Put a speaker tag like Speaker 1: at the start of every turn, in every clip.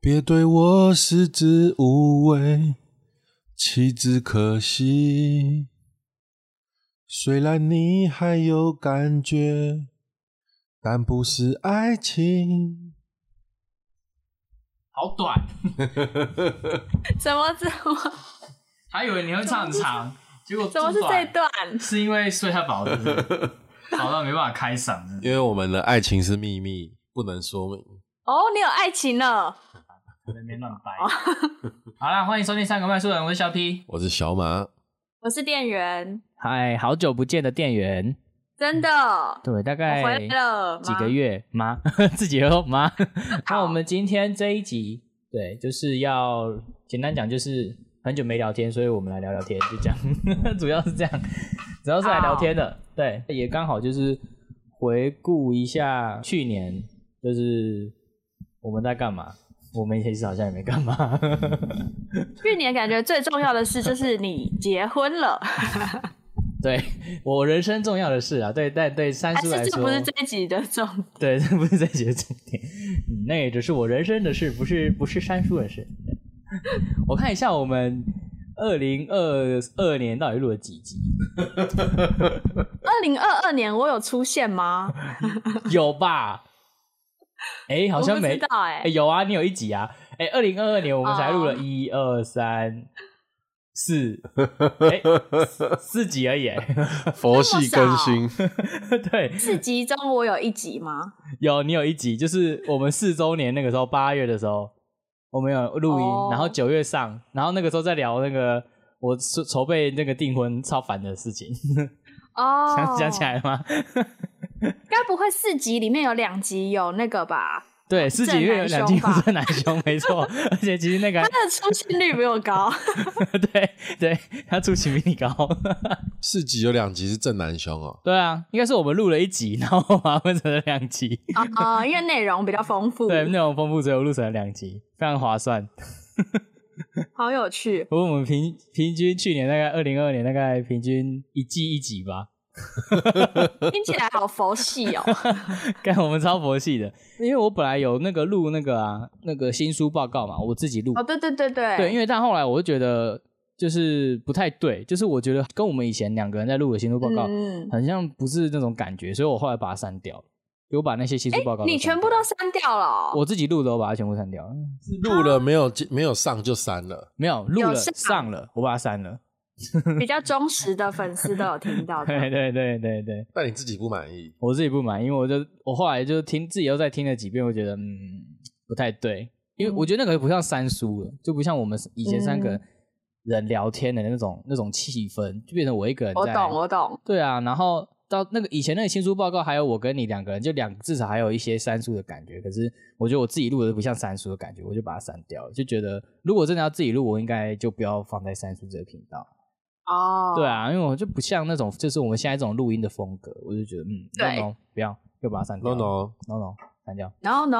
Speaker 1: 别对我食之无味，弃之可惜。虽然你还有感觉，但不是爱情。
Speaker 2: 好短，
Speaker 3: 怎么 怎么
Speaker 2: 还以为你会唱很长，结果
Speaker 3: 怎么是这一
Speaker 2: 短
Speaker 3: 段？
Speaker 2: 是因为睡太饱，是不是？ 饱到没办法开嗓子。
Speaker 1: 因为我们的爱情是秘密，不能说明。
Speaker 3: 哦，你有爱情了，
Speaker 2: 在那边乱掰。
Speaker 3: 哦
Speaker 2: 好啦，欢迎收听《三个麦树人》，我是小 P。
Speaker 1: 我是小马，
Speaker 3: 我是店员，
Speaker 4: 嗨，好久不见的店员，
Speaker 3: 真的，
Speaker 4: 对，大概
Speaker 3: 我回来了，
Speaker 4: 几
Speaker 3: 妈
Speaker 4: 个，月妈 自己说 妈。那我们今天这一集，对，就是要简单讲，就是很久没聊天，所以我们来聊聊天，就这样， 主要是这样，主要是来聊天的。对，也刚好就是回顾一下去年，就是我们在干嘛。我们其实好像也没干嘛，
Speaker 3: 去年感觉最重要的事就是你结婚 了，
Speaker 4: 对我人生重要的事啊，对，但对三
Speaker 3: 但
Speaker 4: 叔来
Speaker 3: 哎是
Speaker 4: 说，
Speaker 3: 这不是这一集的重点，
Speaker 4: 对， 这不是在写重点，嗯那也只是我人生的事，不是不是删书的事。 对我看一下我们二零二二年到底录了几集，
Speaker 3: 二零二二年我有出现吗？
Speaker 4: 有吧？哎，好像
Speaker 3: 我
Speaker 4: 没
Speaker 3: 不知，道哎、
Speaker 4: 哎，有啊，你有一集啊，哎，二零二二年我们才录
Speaker 3: 哦
Speaker 4: 了一二三四，哎，四四集而已 欸，
Speaker 1: 佛系更新，
Speaker 4: 对，
Speaker 3: 四集中我有一集吗？
Speaker 4: 有，你有一集，就是我们四周年那个时候，八月的时候，我们有录音，
Speaker 3: 哦
Speaker 4: 然后九月上，然后那个时候在聊那个我筹筹备那个订婚超烦的事情，
Speaker 3: 哦，
Speaker 4: 想想起来了吗？
Speaker 3: 该不会四集里面有两集有那个吧？
Speaker 4: 对，四
Speaker 3: 正
Speaker 4: 集月
Speaker 3: 男
Speaker 4: 有两
Speaker 3: 兄
Speaker 4: 斤
Speaker 3: 吧
Speaker 4: 正男兄，没错，而且其实那个还
Speaker 3: 他的出现率比 我高，
Speaker 4: 对对，他出勤比你高，
Speaker 1: 四集有两集是正男兄哦。
Speaker 4: 对啊，应该是我们录了一集，然后把它分成了两集，
Speaker 3: 啊、因为内容比较丰富，
Speaker 4: 对，内容丰富，所以我录成了两集，非常划算。
Speaker 3: 好有趣。
Speaker 4: 不过我们平平均去年大概二零二年大概平均一季一集吧。
Speaker 3: 听起来好佛系哦。
Speaker 4: 干，我们超佛系的，因为我本来有那个录那个啊，那个新书报告嘛，我自己录。
Speaker 3: 哦，对对对对，
Speaker 4: 对，因为但后来我就觉得就是不太对，就是我觉得跟我们以前两个人在录的新书报告，
Speaker 3: 嗯，
Speaker 4: 很像不是那种感觉，所以我后来把它删掉了，就我把那些新书报告、
Speaker 3: 你全部都，删掉了哦、
Speaker 4: 我自己录的，我把它全部删掉了，
Speaker 1: 录了没有？没有上就删了。
Speaker 4: 没有录
Speaker 3: 有
Speaker 4: 了
Speaker 3: 上
Speaker 4: 上了，我把它删了。
Speaker 3: 比较忠实的粉丝都有听到的。
Speaker 4: 对对对对对，
Speaker 1: 但你自己不满意，
Speaker 4: 我自己不满，因为我就我后来就听自己又再听了几遍，我觉得嗯不太对，因为我觉得那个不像三叔了，就不像我们以前三个
Speaker 3: 嗯
Speaker 4: 人聊天的那种那种气氛，就变成我一个人在。
Speaker 3: 我懂，我懂。
Speaker 4: 对啊，然后到那个以前那个新书报告，还有我跟你两个人，就两至少还有一些三叔的感觉。可是我觉得我自己录的不像三叔的感觉，我就把它删掉了，就觉得如果真的要自己录，我应该就不要放在三叔这个频道。
Speaker 3: 哦，
Speaker 4: 对，啊，因为我就不像那种就是我们现在这种录音的风格，我就觉得嗯
Speaker 3: 对
Speaker 4: ，no no，不要，又把它删
Speaker 1: no
Speaker 4: 掉
Speaker 1: no，
Speaker 4: no no 删掉
Speaker 3: 然后
Speaker 4: 哦
Speaker 3: 呢，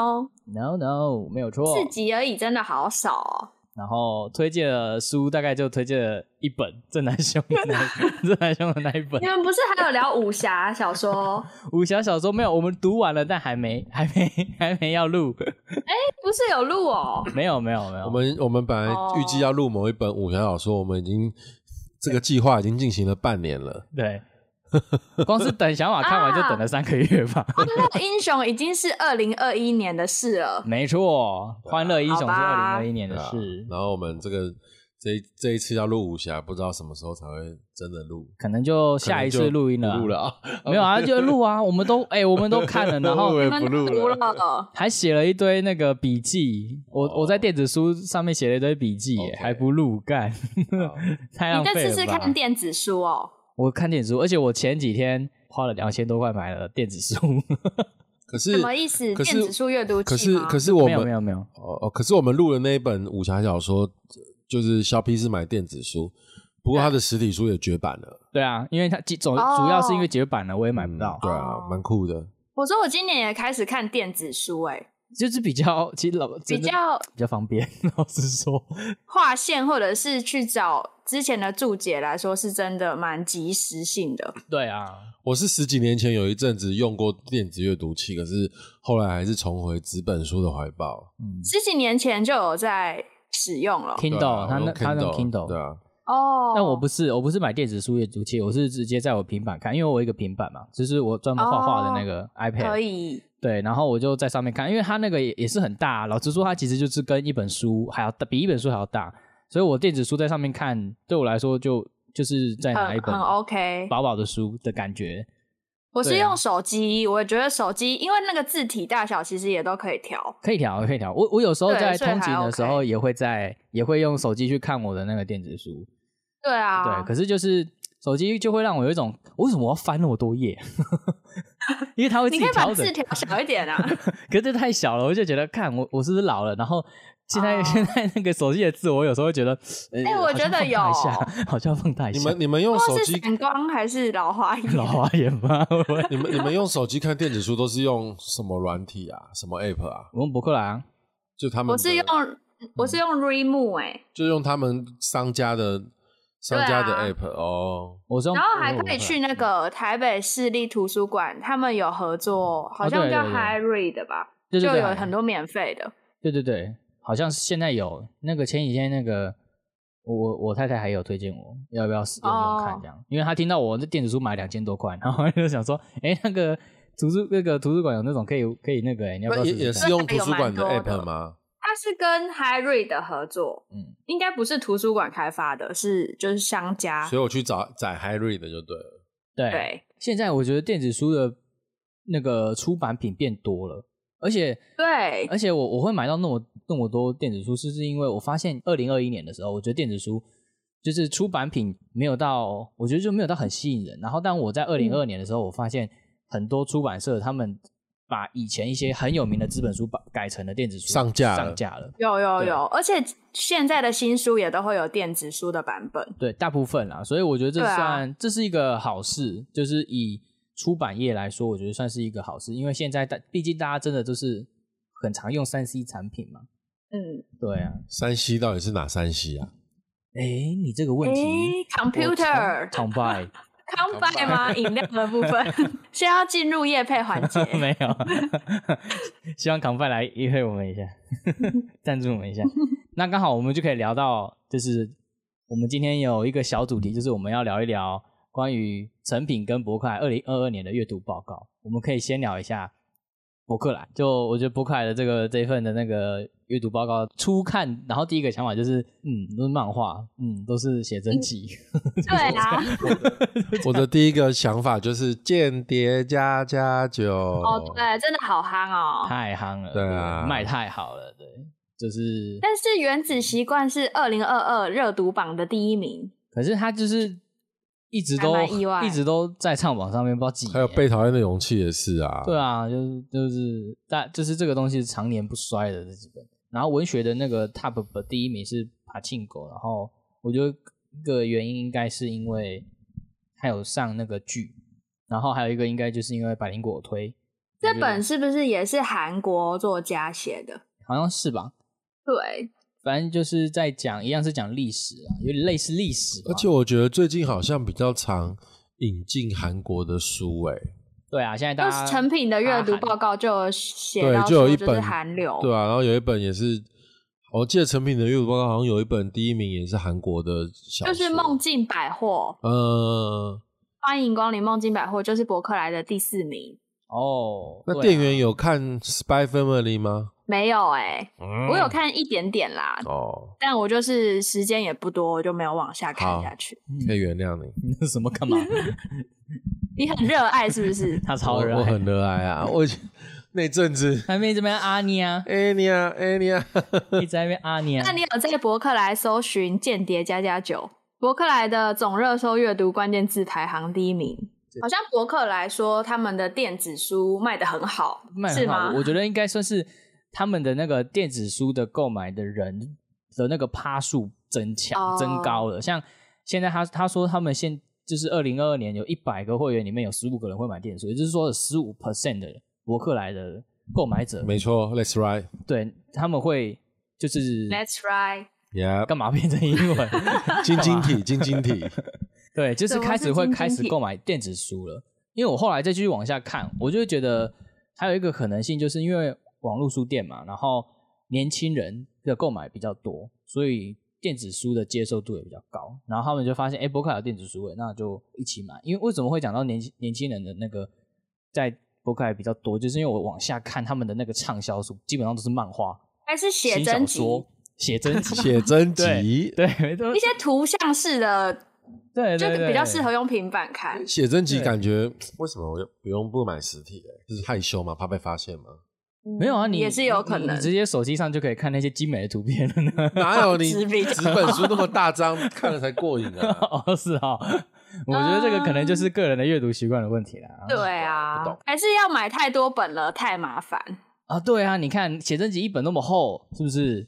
Speaker 4: no no 没有错。
Speaker 3: 四集而已，真的好少哦。
Speaker 4: 然后推荐了书，大概就推荐了一本正南兄的那一本正南兄的那一本
Speaker 3: 你们不是还有聊武侠小说？
Speaker 4: 武侠小说，没有，我们读完了，但还没还没还没要录，
Speaker 3: 不是有录哦？
Speaker 4: 没有没有没有，
Speaker 1: 我们我们本来预计要录某一本武侠小说，我们已经这个计划已经进行了半年了。
Speaker 4: 对。光是等小马看完就等了三个月吧，
Speaker 3: 欢乐英雄已经是二零二一年的事了。
Speaker 4: 没错，《欢乐英雄》是
Speaker 3: 好吧
Speaker 4: 二零二一年的
Speaker 1: 对啊
Speaker 4: 事，
Speaker 1: 然后我们这个这一这一次要录武侠，不知道什么时候才会真的录。
Speaker 4: 可能就下一
Speaker 1: 可
Speaker 4: 次
Speaker 1: 能就
Speaker 4: 录音了
Speaker 1: 不
Speaker 4: 啊，
Speaker 1: 录了啊，
Speaker 4: 没有啊，就录啊，我 们都哎、我们都看了， 然
Speaker 1: 我
Speaker 4: 后
Speaker 1: 以为
Speaker 3: 你
Speaker 1: 不
Speaker 3: 们
Speaker 1: 录
Speaker 3: 读
Speaker 1: 了。
Speaker 3: 了，
Speaker 4: 还写了一堆那个笔记。我、
Speaker 1: 哦
Speaker 4: 我在电子书上面写了一堆笔记耶
Speaker 1: OK
Speaker 4: 还不录干， 太浪
Speaker 3: 你这
Speaker 4: 费
Speaker 3: 次
Speaker 4: 了
Speaker 3: 是
Speaker 4: 吧
Speaker 3: 看电子书哦？
Speaker 4: 我看电子书，而且我前几天花了两千多块买了电 子书，
Speaker 1: 可是
Speaker 3: 什么意思？
Speaker 1: 可是
Speaker 3: 电子书阅读器
Speaker 1: 可是
Speaker 3: 吗
Speaker 1: 可是我
Speaker 4: 没有没
Speaker 1: 们
Speaker 4: 有没有，
Speaker 1: 哦哦，可是我们录的那一本武侠小说，就是肖 P 是买电子书，不过他的实体书也绝版了，
Speaker 4: 对啊，因为它基总、
Speaker 3: 哦
Speaker 4: 主要是因为绝版了，我也买不到
Speaker 1: 嗯，对啊，蛮酷的。
Speaker 3: 我说我今年也开始看电子书、欸，
Speaker 4: 就是比较其实老
Speaker 3: 比
Speaker 4: 真的
Speaker 3: 较
Speaker 4: 比较方便， 老实说，
Speaker 3: 划线或者是去找之前的注解来说，是真的蛮及时性的。
Speaker 4: 对啊，
Speaker 1: 我是十几年前有一阵子用过电子阅读器，可是后来还是重回纸本书的怀抱。
Speaker 4: 嗯
Speaker 3: 十几年前就有在使用了
Speaker 1: 对啊我
Speaker 4: ，Kindle，他那
Speaker 1: 用
Speaker 4: 他那
Speaker 1: Kindle，对
Speaker 4: Kindle，
Speaker 1: 啊，
Speaker 3: 哦。
Speaker 4: 但我不是我不是买电子书阅读器，我是直接在我平板看，因为我有一个平板嘛，就是我专门画画的那个 iPad，
Speaker 3: 哦可以
Speaker 4: 对，然后我就在上面看，因为它那个也也是很大、啊老实说，它其实就是跟一本书还要大，比一本书还要大，所以我电子书在上面看，对我来说就就是在拿一
Speaker 3: 很
Speaker 4: 本
Speaker 3: 很 OK。
Speaker 4: 薄薄的书的感觉。
Speaker 3: 我是
Speaker 4: 对啊
Speaker 3: 用手机，我觉得手机因为那个字体大小其实也都可以调。
Speaker 4: 可以调，可以调。我我有时候
Speaker 3: 对
Speaker 4: 在
Speaker 3: 所以
Speaker 4: 通勤
Speaker 3: 还
Speaker 4: 的
Speaker 3: OK
Speaker 4: 时候，也会在也会用手机去看我的那个电子书。
Speaker 3: 对啊，
Speaker 4: 对，可是就是手机就会让我有一种，我为什么要翻那么多页？ 因为它会自
Speaker 3: 你
Speaker 4: 己
Speaker 3: 可以把
Speaker 4: 调整
Speaker 3: 字。调小一 点啊。
Speaker 4: 可是这太小了，我就觉得看我我是不是老了？然后现在、
Speaker 3: 哦
Speaker 4: 现在那个手机的字，我有时候会觉得，哎、
Speaker 3: 哎我觉得有
Speaker 4: 好像放大一下，好像放大一
Speaker 1: 你
Speaker 4: 下。
Speaker 1: 们你们用
Speaker 3: 不
Speaker 1: 手
Speaker 3: 过哦是
Speaker 1: 机，
Speaker 3: 闪光还是 老花眼？
Speaker 4: 老花眼吗？我
Speaker 1: 你们你们用手机看电子书都是用什么软体啊？什么 app 啊？
Speaker 4: 我们博客来啊，
Speaker 1: 就他们
Speaker 3: 我是
Speaker 1: 的
Speaker 3: 用
Speaker 4: 嗯
Speaker 3: 我是用 Remo 哎、
Speaker 1: 就用他们商家
Speaker 3: 啊
Speaker 1: 的商家的
Speaker 3: 对啊
Speaker 1: app 哦。
Speaker 4: 我是用
Speaker 3: 然后还可以
Speaker 4: 博客来
Speaker 3: 去
Speaker 4: 哦
Speaker 3: 那个台北市立图书馆，他们有合作，好像叫
Speaker 4: 哦对对对
Speaker 3: High Read 的吧，
Speaker 4: 对对
Speaker 3: 就
Speaker 4: 对
Speaker 3: 有很多免费的。
Speaker 4: 对对对，好像是现在有那个前几天那个我我我太太还有推荐我要不要试用用看这样，因为她听到我那电子书买两千多块，然后就想说，哎，那个图书那个图书馆有那种可以可以那个，诶你要不
Speaker 1: 那
Speaker 4: 要
Speaker 1: 也
Speaker 4: 试
Speaker 1: 也
Speaker 4: 试看
Speaker 1: 是？用图书馆的
Speaker 3: 那个有蛮多
Speaker 1: app
Speaker 3: 的
Speaker 1: 吗？
Speaker 3: 它是跟 High Read 的合作，
Speaker 4: 嗯
Speaker 3: 应该不是图书馆开发的，是就是商家
Speaker 1: 所。以我去找载 Harry 的就对了。
Speaker 4: 对。
Speaker 3: 对
Speaker 4: 现在我觉得电子书的那个出版品变多了，而且
Speaker 3: 对，
Speaker 4: 而且我我会买到那么那么多电子书，是是因为我发现二零二一年的时候，我觉得电子书就是出版品没有到，我觉得就没有到很吸引人。然后，但我在二零二年的时候，我发现很多出版社他们把以前一些很有名的资本书把改成了电子书
Speaker 1: 上架了
Speaker 4: 上架了。
Speaker 3: 有有
Speaker 4: 对
Speaker 3: 有，而且现在的新书也都会有电子书的版本。
Speaker 4: 对，大部分啦，所以我觉得这
Speaker 3: 对啊
Speaker 4: 算、这是一个好事，就是以出版业来说，我觉得算是一个好事，因为现在大毕竟大家真的都是很常用三 C 产品嘛。
Speaker 3: 嗯，
Speaker 4: 对啊，
Speaker 1: 山西到底是哪山西 啊？
Speaker 4: 哎，你这个问题
Speaker 3: 诶，computer
Speaker 4: 崇 拜
Speaker 3: 康 拜吗？饮料的部分，现在要进入夜配环节。
Speaker 4: 没有？ 希望康拜来约会我们一下， 赞助我们一下。那刚好我们就可以聊到，就是我们今天有一个小主题，就是我们要聊一聊关于成品跟博客来二零二二年的阅读报告。我们可以先聊一下博客来，就我觉得博客来的这个这一份的那个阅读报告初看，然后第一个想法就是，嗯，都是漫画，嗯，都是写真集，
Speaker 3: 对啊，
Speaker 1: 我的第一个想法就是间谍加加酒。
Speaker 3: 哦，对，真的好憨哦。
Speaker 4: 太夯了，
Speaker 1: 对啊
Speaker 4: 卖太好了，对，就是
Speaker 3: 但是《原子习惯》是二零二二热读榜的第一名，
Speaker 4: 可是他就是一直都
Speaker 3: 还蛮意外
Speaker 4: 一直都在唱榜上面，不知道几年
Speaker 1: 还有被讨厌的勇气也是啊。
Speaker 4: 对啊，就是就是大就是这个东西是常年不衰的这几本。然后文学的那个 top 的第一名是爬进狗，然后我觉得一个原因应该是因为他有上那个剧，然后还有一个应该就是因为百灵果推
Speaker 3: 这本是不是也是韩国作家写的？
Speaker 4: 好像是吧，
Speaker 3: 对，
Speaker 4: 反正就是在讲一样是讲历史啊，有点类似历史吧，
Speaker 1: 而且我觉得最近好像比较常引进韩国的书、欸，
Speaker 4: 对啊，现在大
Speaker 3: 就
Speaker 4: 家
Speaker 3: 是成品的阅
Speaker 4: 大
Speaker 3: 读
Speaker 4: 家喊
Speaker 3: 报告就有写
Speaker 1: 对
Speaker 3: 到，
Speaker 1: 就有一
Speaker 3: 说就是
Speaker 1: 本
Speaker 3: 韩流，
Speaker 1: 对啊，然后有一本也是，我记得成品的阅读报告好像有一本第一名也是韩国的小说，
Speaker 3: 就是梦。境百货，
Speaker 1: 呃，
Speaker 3: 欢迎光临梦境百货，就是博客来的第四名。
Speaker 4: 哦，
Speaker 1: 那
Speaker 4: 对啊
Speaker 1: 店员有看《Spy Family》吗？
Speaker 3: 没有哎、
Speaker 1: 嗯
Speaker 3: 我有看一点点啦，
Speaker 1: 哦，
Speaker 3: 但我就是时间也不多，我就没有往下看
Speaker 1: 好
Speaker 3: 下去。
Speaker 1: 可以原谅 你，
Speaker 4: 那什么干嘛？？
Speaker 3: 你很热爱是不是
Speaker 4: 他超
Speaker 1: 我
Speaker 4: 热
Speaker 1: 我
Speaker 4: 爱
Speaker 1: 很。热爱啊，我 那阵子。，
Speaker 4: 还没这边阿尼啊
Speaker 1: 哎你啊，哎你啊，
Speaker 4: 一直在那边阿尼啊
Speaker 3: 那。你有在博客来搜寻《间谍加加酒》？博客来的总热搜阅读关键字排行第一名。好像博客来说他们的电子书卖的很好，
Speaker 4: 卖
Speaker 3: 是
Speaker 4: 很好
Speaker 3: 吗，？
Speaker 4: 我觉得应该算是他们的那个电子书的购买的人的那个趴数增强、
Speaker 3: 哦
Speaker 4: 增高了。像现在他他说他们现就是二零二二年有一百个会员里面有十五个人会买电子书，也就是说十五 percent 的博客来的购买者，
Speaker 1: 没错，Let's ride，
Speaker 4: 对他们会就是
Speaker 3: That's right，
Speaker 1: yeah，
Speaker 4: 干嘛变成英 文？
Speaker 3: 啊
Speaker 1: 晶晶体，晶晶体，
Speaker 4: 对，就是
Speaker 3: 什么
Speaker 4: 开
Speaker 3: 是
Speaker 4: 始会
Speaker 3: 晶
Speaker 4: 开
Speaker 3: 晶
Speaker 4: 始
Speaker 3: 体
Speaker 4: 购买电子书了。因为我后来再继续往下看，我就会觉得还有一个可能性，就是因为网络书店嘛，然后年轻人的购买比较多，所以电子书的接受度也比较高。然后他们就发现，哎、博客有电子书，那就一起买。因为为什么会讲到年轻年轻人的那个在博客比较多，就是因为我往下看他们的那个畅销书，基本上都是漫画、
Speaker 3: 还是写
Speaker 4: 新
Speaker 3: 真
Speaker 4: 小
Speaker 3: 集，
Speaker 4: 说、写真集。
Speaker 1: 写真
Speaker 4: 对
Speaker 1: 集，
Speaker 4: 对，没错
Speaker 3: 一些图像式的，
Speaker 4: 对，
Speaker 3: 就
Speaker 4: 对
Speaker 3: 比较适。
Speaker 4: 对
Speaker 3: 合用平板看。
Speaker 1: 写真集
Speaker 4: 对
Speaker 1: 感觉为什么我就不用不买实体嘞？就是害羞嘛，怕被发现嘛？
Speaker 4: 没有啊，你
Speaker 3: 嗯也是有可
Speaker 4: 你
Speaker 3: 能
Speaker 4: 你。直接手机上就可以看那些精美的图片了呢。
Speaker 1: 哪有 你
Speaker 3: 纸笔
Speaker 1: 纸本书那么大张，看了才过瘾啊！
Speaker 4: 哦，是哦，我觉得这个可能
Speaker 3: 啊
Speaker 4: 就是个人的阅读习惯的问题啦。
Speaker 3: 对
Speaker 1: 不
Speaker 3: 啊
Speaker 1: 懂，
Speaker 3: 还是要买太多本了，太麻烦。
Speaker 4: 啊，对啊，你看写真集一本那么厚，是不是？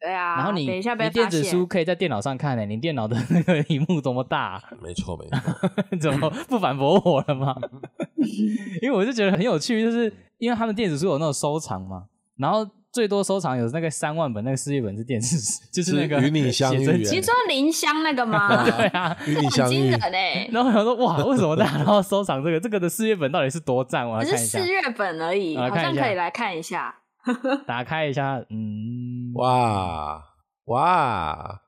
Speaker 3: 对啊，
Speaker 4: 然后你
Speaker 3: 等一下被
Speaker 4: 你
Speaker 3: 发
Speaker 4: 电子
Speaker 3: 现
Speaker 4: 书可以在电脑上看呢、你电脑的那个荧幕多么大，啊
Speaker 1: 没错没错，
Speaker 4: 怎么不反驳我了吗？ 因为我就觉得很有趣，就是因为他们电子书有那种收藏嘛，然后最多收藏有那个三万本，那个四亿本是电子书，就是那个
Speaker 1: 是与你相遇
Speaker 4: 写真集
Speaker 1: 欸
Speaker 3: 你说林香那个 吗？
Speaker 4: 对啊，
Speaker 1: 与你
Speaker 3: 很
Speaker 1: 相
Speaker 3: 惊
Speaker 1: 遇
Speaker 3: 人， 哎、
Speaker 4: 然后我想说，哇，为什么大家都要收藏这个？这个的四月本到底是多赞？我来
Speaker 3: 只是
Speaker 4: 看一下
Speaker 3: 四，月本而已，
Speaker 4: 啊
Speaker 3: 好
Speaker 4: 看
Speaker 3: 像
Speaker 4: 一下
Speaker 3: 可以来看一下。
Speaker 4: 打开一下，嗯，
Speaker 1: 哇哇！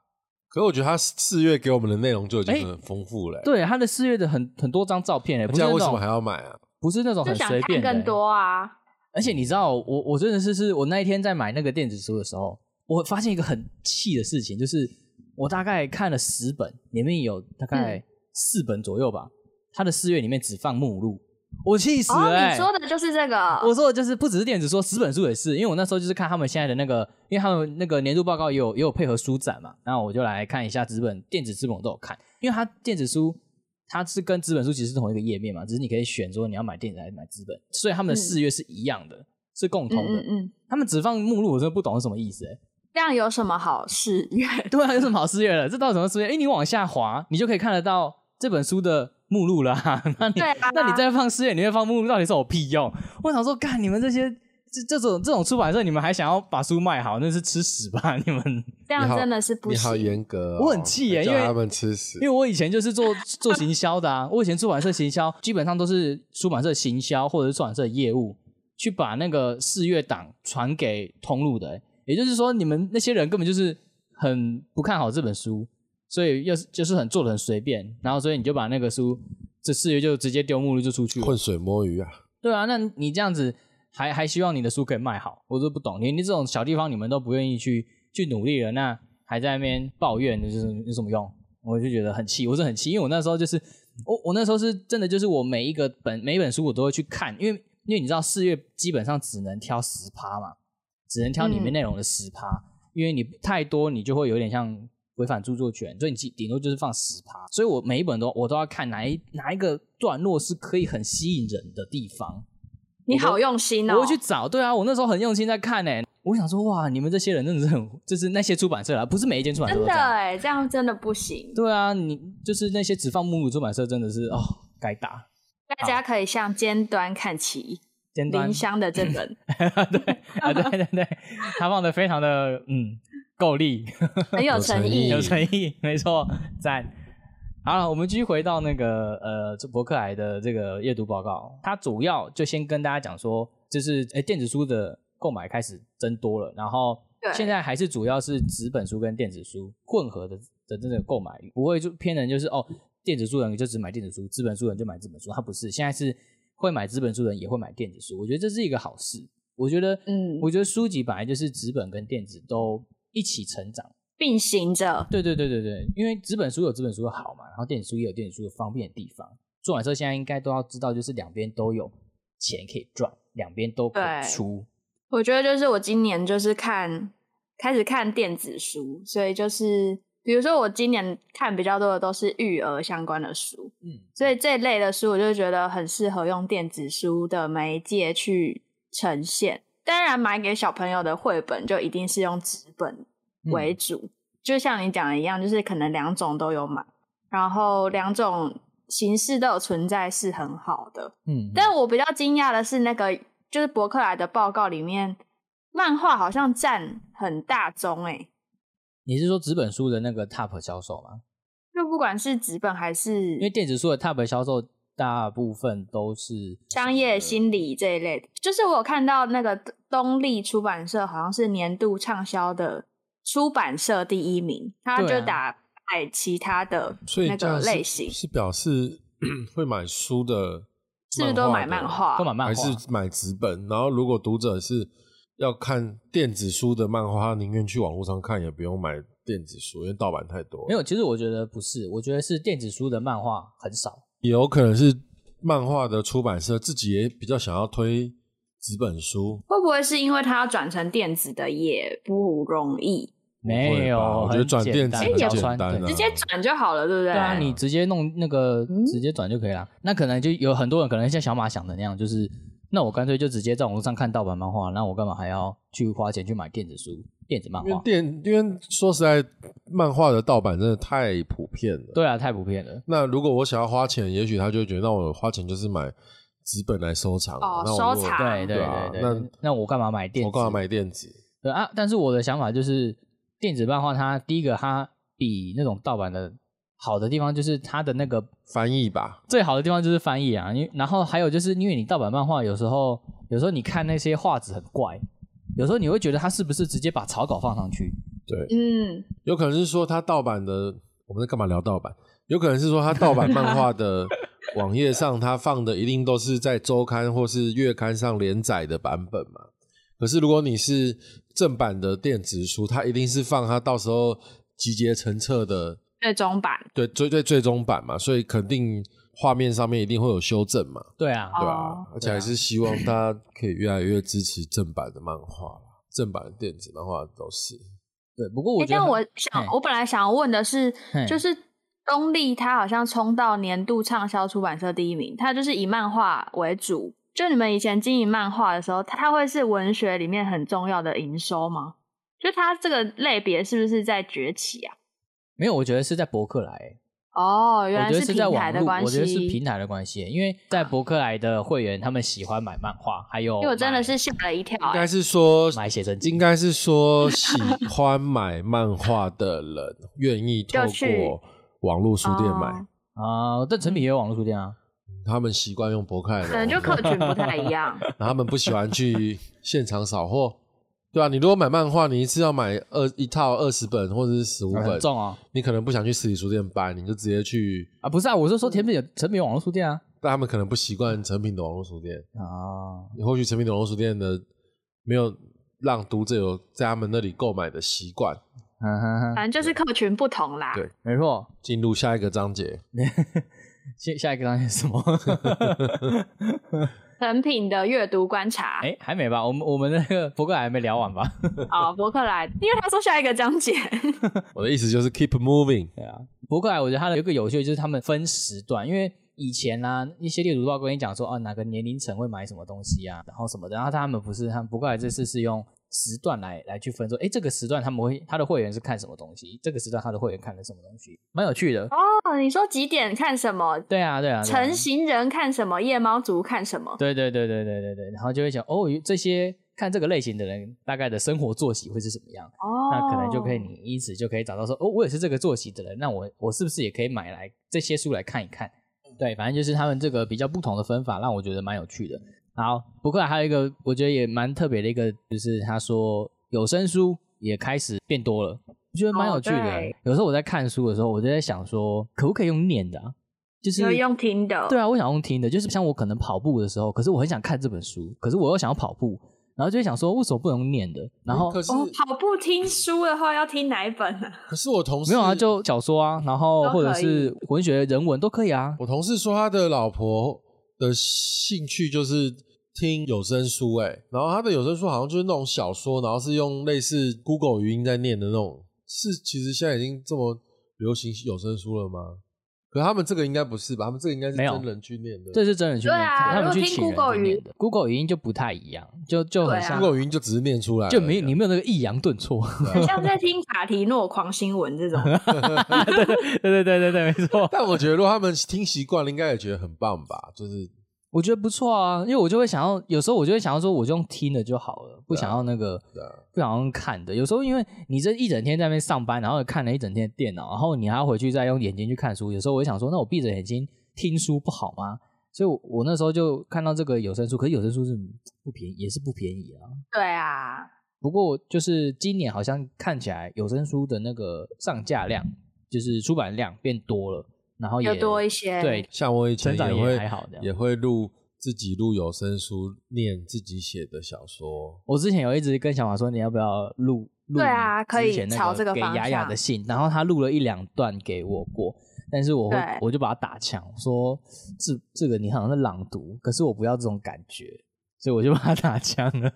Speaker 1: 可是我觉得他四月给我们的内容就已经很丰富了、欸，
Speaker 4: 对，他的四月的很很多张照片诶，不
Speaker 1: 这
Speaker 4: 是
Speaker 1: 样
Speaker 4: 那
Speaker 1: 为什么还
Speaker 4: 种
Speaker 1: 要买啊？
Speaker 4: 不是那种
Speaker 3: 就
Speaker 4: 很
Speaker 3: 想
Speaker 4: 随
Speaker 3: 看
Speaker 4: 便的
Speaker 3: 更
Speaker 4: 欸。
Speaker 3: 多啊。
Speaker 4: 而且你知道，我我真的是是我那一天在买那个电子书的时候，我发现一个很气的事情，就是我大概看了十本，里面有大概
Speaker 3: 嗯
Speaker 4: 四本左右吧，他的四月里面只放目录，我气死了、
Speaker 3: 哦，
Speaker 4: 欸
Speaker 3: 你说的就是这个，
Speaker 4: 我说的就是不只是电子书，十本书也是，因为我那时候就是看他们现在的那个，因为他们那个年度报告也有也有配合书展嘛，然后我就来看一下纸本电子纸本我都有看，因为它电子书它是跟纸本书其实是同一个页面嘛，只是你可以选说你要买电子还是买纸本，所以他们的
Speaker 3: 嗯
Speaker 4: 四月是一样的，是共
Speaker 3: 嗯
Speaker 4: 同的。
Speaker 3: 嗯嗯，
Speaker 4: 他们只放目录，我真的不懂是什么意思哎、
Speaker 3: 这样有什么好事？
Speaker 4: 对啊，有什么好四月了？这到底什么四月？哎、你往下滑，你就可以看得到这本书的目录了、啊。 那你、
Speaker 3: 对啊
Speaker 4: 那你再放四月，你会放目录，到底是有屁用？我想说，干你们这些这这种这种出版社，你们还想要把书卖好，那是吃屎吧 你们！
Speaker 3: 这样
Speaker 1: 你好
Speaker 3: 真的是不
Speaker 1: 你好
Speaker 3: 行。
Speaker 1: 严格哦、
Speaker 4: 我很气耶
Speaker 1: 还叫
Speaker 4: 因为
Speaker 1: 他们吃屎
Speaker 4: 因为。我以前就是做做行销的啊，我以前出版社行销基本上都是出版社行销或者是出版社业务去把那个四月档传给通路的欸、也就是说你们那些人根本就是很不看好这本书，所以又是就是很做的很随便，然后所以你就把那个书这四月就直接丢目录就出去了，
Speaker 1: 浑水摸鱼啊！
Speaker 4: 对啊，那你这样子还还希望你的书可以卖好，我都不懂。你你这种小地方你们都不愿意去去努力了，那还在那边抱怨，就是有什么用？我就觉得很气，我是很气，因为我那时候就是我我那时候是真的就是我每一个本每一本书我都会去看，因为因为你知道四月基本上只能挑十趴嘛，只能挑里面
Speaker 3: 嗯
Speaker 4: 内容的十趴，因为你太多，你就会有点像违反著作权，所以你顶顶多就是放十趴。所以我每一本都我都要看哪一哪一个段落是可以很吸引人的地方，
Speaker 3: 你好用心哦，
Speaker 4: 我会去找。对啊，我那时候很用心在看呢、我想说，哇，你们这些人真的是很，就是那些出版社啊，不是每一间出版社
Speaker 3: 真
Speaker 4: 都这
Speaker 3: 的
Speaker 4: 样。
Speaker 3: 哎，这样真的不行。
Speaker 4: 对啊，你就是那些只放目录出版社，真的是哦，该打
Speaker 3: 大家可以向尖端看齐，
Speaker 4: 尖端
Speaker 3: 林。香的这本
Speaker 4: 对啊，对对对，他放的非常的嗯够力。
Speaker 3: 很有诚意
Speaker 1: 有
Speaker 4: 有。诚意， 没错，赞。好了，我们继续回到那个呃，这伯克莱的这个阅读报告，它主要就先跟大家讲说，就是诶、电子书的购买开始增多了，然后
Speaker 3: 对
Speaker 4: 现在还是主要是纸本书跟电子书混合的的这个购买，不会就偏人就是哦，电子书人就只买电子书，纸本书人就买纸本书，它不是，现在是会买纸本书人也会买电子书，我觉得这是一个好事。我觉得，
Speaker 3: 嗯
Speaker 4: 我觉得书籍本来就是纸本跟电子都一起成长。
Speaker 3: 并行着，
Speaker 4: 对对对对对，因为纸本书有纸本书的好嘛，然后电子书也有电子书的方便的地方。出版社现在应该都要知道，就是两边都有钱可以赚，两边都可以
Speaker 3: 对
Speaker 4: 出。
Speaker 3: 我觉得就是我今年就是看开始看电子书，所以就是比如说我今年看比较多的都是育儿相关的书，
Speaker 4: 嗯，
Speaker 3: 所以这一类的书我就觉得很适合用电子书的媒介去呈现。当然，买给小朋友的绘本就一定是用纸本
Speaker 4: 嗯
Speaker 3: 为主，就像你讲的一样，就是可能两种都有买，然后两种形式都有存在是很好的。
Speaker 4: 嗯，
Speaker 3: 但我比较惊讶的是，那个就是伯克莱的报告里面，漫画好像占很大宗诶、欸
Speaker 4: 你是说纸本书的那个 TOP 销售吗？
Speaker 3: 就不管是纸本还是
Speaker 4: 因为电子书的 TOP 销售大部分都是
Speaker 3: 商业心理这一类的，就是我有看到那个东立出版社好像是年度畅销的出版社第一名，它
Speaker 4: 对
Speaker 3: 就
Speaker 4: 啊
Speaker 3: 打败其他的
Speaker 1: 所以
Speaker 3: 那
Speaker 1: 这
Speaker 3: 个
Speaker 1: 样是
Speaker 3: 类型，
Speaker 1: 是表示 会买书的，
Speaker 3: 是不是都买漫
Speaker 1: 漫
Speaker 3: 画？啊
Speaker 4: 都买漫
Speaker 1: 还
Speaker 4: 画，
Speaker 1: 是买纸本？然后如果读者是要看电子书的漫画，他宁愿去网络上看，也不用买电子书，因为盗版太多。
Speaker 4: 没有。其实我觉得不是，我觉得是电子书的漫画很少。
Speaker 1: 也有可能是漫画的出版社自己也比较想要推纸本书，
Speaker 3: 会不会是因为它要转成电子的也不容易，
Speaker 1: 不会吧
Speaker 4: 没有
Speaker 1: 我觉得
Speaker 4: 很
Speaker 1: 转
Speaker 4: 简
Speaker 1: 电子
Speaker 4: 单
Speaker 1: 很
Speaker 3: 其实也
Speaker 1: 简单
Speaker 4: 对
Speaker 1: 啊，
Speaker 3: 直接转就好了，对不对？
Speaker 4: 对啊，你直接弄那个
Speaker 3: 嗯
Speaker 4: 直接转就可以了。那可能就有很多人可能像小马想的那样，就是那我干脆就直接在网络上看盗版漫画，那我干嘛还要去花钱去买电子书、电子漫
Speaker 1: 因为
Speaker 4: 画？
Speaker 1: 电，因为说实在，漫画的盗版真的太普遍了。
Speaker 4: 对啊，太普遍了。
Speaker 1: 那如果我想要花钱，也许他就会觉得，那我花钱就是买纸本来收藏。
Speaker 3: 哦
Speaker 1: 那我如果
Speaker 3: 收藏
Speaker 4: 对对
Speaker 1: 对啊
Speaker 4: 对对，
Speaker 1: 那
Speaker 4: 那我干嘛买电子？
Speaker 1: 我干嘛买电子？
Speaker 4: 对啊，但是我的想法就是，电子漫画它第一个它比那种盗版的好的地方就是它的那个
Speaker 1: 翻译吧，
Speaker 4: 最好的地方就是翻译啊，因为然后还有就是因为你盗版漫画有时候有时候你看那些画质很怪，有时候你会觉得它是不是直接把草稿放上去？
Speaker 1: 对，
Speaker 3: 嗯，
Speaker 1: 有可能是说他盗版的，我们在干嘛聊盗版？有可能是说他盗版漫画的网页上，他放的一定都是在周刊或是月刊上连载的版本嘛。可是如果你是正版的电子书，它一定是放它到时候集结成册的
Speaker 3: 最终版
Speaker 1: 对最最最终版嘛，所以肯定画面上面一定会有修正嘛，
Speaker 4: 对啊，
Speaker 1: 对吧、
Speaker 3: 哦
Speaker 1: 而且还是希望大家可以越来越支持正版的漫画啦，正版的电子漫画都是。
Speaker 4: 对。不过
Speaker 3: 诶
Speaker 4: 我觉得
Speaker 3: 但
Speaker 4: 很，
Speaker 3: 我想
Speaker 4: 嘿，
Speaker 3: 我本来想要问的是
Speaker 4: 嘿，
Speaker 3: 就是东立它好像冲到年度畅销出版社第一名，它就是以漫画为主。就你们以前经营漫画的时候，它它会是文学里面很重要的营收吗？就它这个类别是不是在崛起啊？
Speaker 4: 没有，我觉得是在博客来、欸
Speaker 3: 哦，原
Speaker 4: 我
Speaker 3: 来
Speaker 4: 觉得
Speaker 3: 是
Speaker 4: 是在
Speaker 3: 平
Speaker 4: 网
Speaker 3: 台的
Speaker 4: 络，
Speaker 3: 关
Speaker 4: 我觉得是
Speaker 3: 系。
Speaker 4: 平台的关系欸、因为在博客来的会员他们喜欢买漫画，还有
Speaker 3: 因为我真的
Speaker 4: 买
Speaker 3: 是吓了一跳、
Speaker 1: 应
Speaker 3: 欸
Speaker 1: 该是说，
Speaker 4: 买写真集啊
Speaker 1: 应该是说喜欢买漫画的人 愿意透
Speaker 3: 就去
Speaker 1: 过网络书店买
Speaker 3: 哦，
Speaker 4: 啊，但成品也有网络书店啊，
Speaker 1: 他们习惯用博客来的网
Speaker 3: 可
Speaker 1: 络，
Speaker 3: 能就客群不太一样。
Speaker 1: 然后他们不喜欢去现场扫货。对啊，你如果买漫画，你一次要买二一套二十本或者是十五本
Speaker 4: 很，重哦。
Speaker 1: 你可能不想去实体书店搬，你就直接去。
Speaker 4: 啊，不是啊，我是说甜
Speaker 3: 嗯
Speaker 4: 品有成品有网络书店啊。
Speaker 1: 但他们可能不习惯成品的网络书店，
Speaker 4: 啊，
Speaker 1: 或许成品的网络书店的没有让读者有在他们那里购买的习惯。
Speaker 4: 嗯哼哼，
Speaker 3: 反正就是客群不同啦。
Speaker 1: 对
Speaker 4: 没错。
Speaker 1: 进入下一个章节，
Speaker 4: 下下一个章节是什么？
Speaker 3: 成品的阅读观察，
Speaker 4: 哎、还没吧？我们我们那个博客来还没聊完吧？
Speaker 3: 哦，伯克莱，因为他说下一个章节，
Speaker 1: 我的意思就是 keep moving。
Speaker 4: 对啊，博客来我觉得它的有一个有趣的就是他们分时段，因为以前啊一些猎头报跟你讲说啊哪个年龄层会买什么东西啊，然后什么的，然后他们不是他们博客来这次是用时段来来去分说，哎、这个时段他们会他的会员是看什么东西，这个时段他的会员看了什么东西，蛮有趣的。
Speaker 3: 哦，你说几点看什么？
Speaker 4: 对啊，对啊，对啊
Speaker 3: 成型人看什么？夜猫族看什么？
Speaker 4: 对对对对对对对，然后就会想哦，这些看这个类型的人大概的生活作息会是什么样，
Speaker 3: 哦，
Speaker 4: 那可能就可以你因此就可以找到说哦，我也是这个作息的人，那我我是不是也可以买来这些书来看一看？对，反正就是他们这个比较不同的分法，让我觉得蛮有趣的。好，不过还有一个我觉得也蛮特别的一个，就是他说有声书也开始变多了，我觉得蛮有趣的。
Speaker 3: 哦对
Speaker 4: 有时候我在看书的时候，我就在想说，可不可以用念的啊？就是
Speaker 3: 就用听的。哦
Speaker 4: 对啊，我想用听的，就是像我可能跑步的时候，可是我很想看这本书，可是我又想要跑步，然后就会想说为什么不能用念的？然后
Speaker 1: 可是、
Speaker 3: 哦，跑步听书的话要听哪一本啊？
Speaker 1: 可是我同事
Speaker 4: 没有啊，就小说啊，然后
Speaker 3: 都
Speaker 4: 或者
Speaker 3: 可以
Speaker 4: 是文学、人文都可以啊。
Speaker 1: 我同事说他的老婆的兴趣就是听有声书、欸，然后他的有声书好像就是那种小说，然后是用类似 Google 语音在念的那种。是其实现在已经这么流行有声书了吗？可他们这个应该不是吧？他们这个应该是
Speaker 4: 没有
Speaker 1: 真人去念的。
Speaker 4: 这是真人去
Speaker 3: 对
Speaker 4: 念，
Speaker 3: 啊
Speaker 4: 他们
Speaker 3: 如
Speaker 4: 去
Speaker 3: 果听
Speaker 4: 请人
Speaker 3: Google
Speaker 4: 去
Speaker 3: 语
Speaker 4: 念的。Google 语音就不太一样，就就很
Speaker 3: 对啊
Speaker 4: 像，
Speaker 1: Google 语音就只是念出来而已啊，
Speaker 4: 就没有你没有那个抑扬顿 挫。
Speaker 3: 很 像在听卡提诺狂新闻这种。
Speaker 4: 对对对对对，没错。
Speaker 1: 但我觉得如果他们听习惯了，应该也觉得很棒吧？就是
Speaker 4: 我觉得不错啊，因为我就会想要，有时候我就会想要说，我就用听的就好了，不想要那个
Speaker 1: 对啊，
Speaker 4: 不想要用看的。有时候因为你这一整天在那边上班，然后看了一整天的电脑，然后你还要回去再用眼睛去看书，有时候我会想说，那我闭着眼睛听书不好吗？所以我，我那时候就看到这个有声书，可是有声书是不便宜，也是不便宜啊。
Speaker 3: 对啊，
Speaker 4: 不过就是今年好像看起来有声书的那个上架量，就是出版量变多了，然后
Speaker 3: 又
Speaker 4: 也
Speaker 3: 多一些。
Speaker 4: 对，
Speaker 1: 像我以前
Speaker 4: 成长
Speaker 1: 也
Speaker 4: 也
Speaker 1: 会
Speaker 4: 还好这样
Speaker 1: 也会录自己录有声书，念自己写的小说。
Speaker 4: 我之前有一直跟小马说，你要不要录录？
Speaker 3: 对啊可以朝这
Speaker 4: 个
Speaker 3: 个
Speaker 4: 给
Speaker 3: 方
Speaker 4: 雅雅
Speaker 3: 向
Speaker 4: 的信，然后他录了一两段给我过，但是我会
Speaker 3: 对
Speaker 4: 我就把他打枪，我说这这个你好像在朗读，可是我不要这种感觉，所以我就把他打枪了。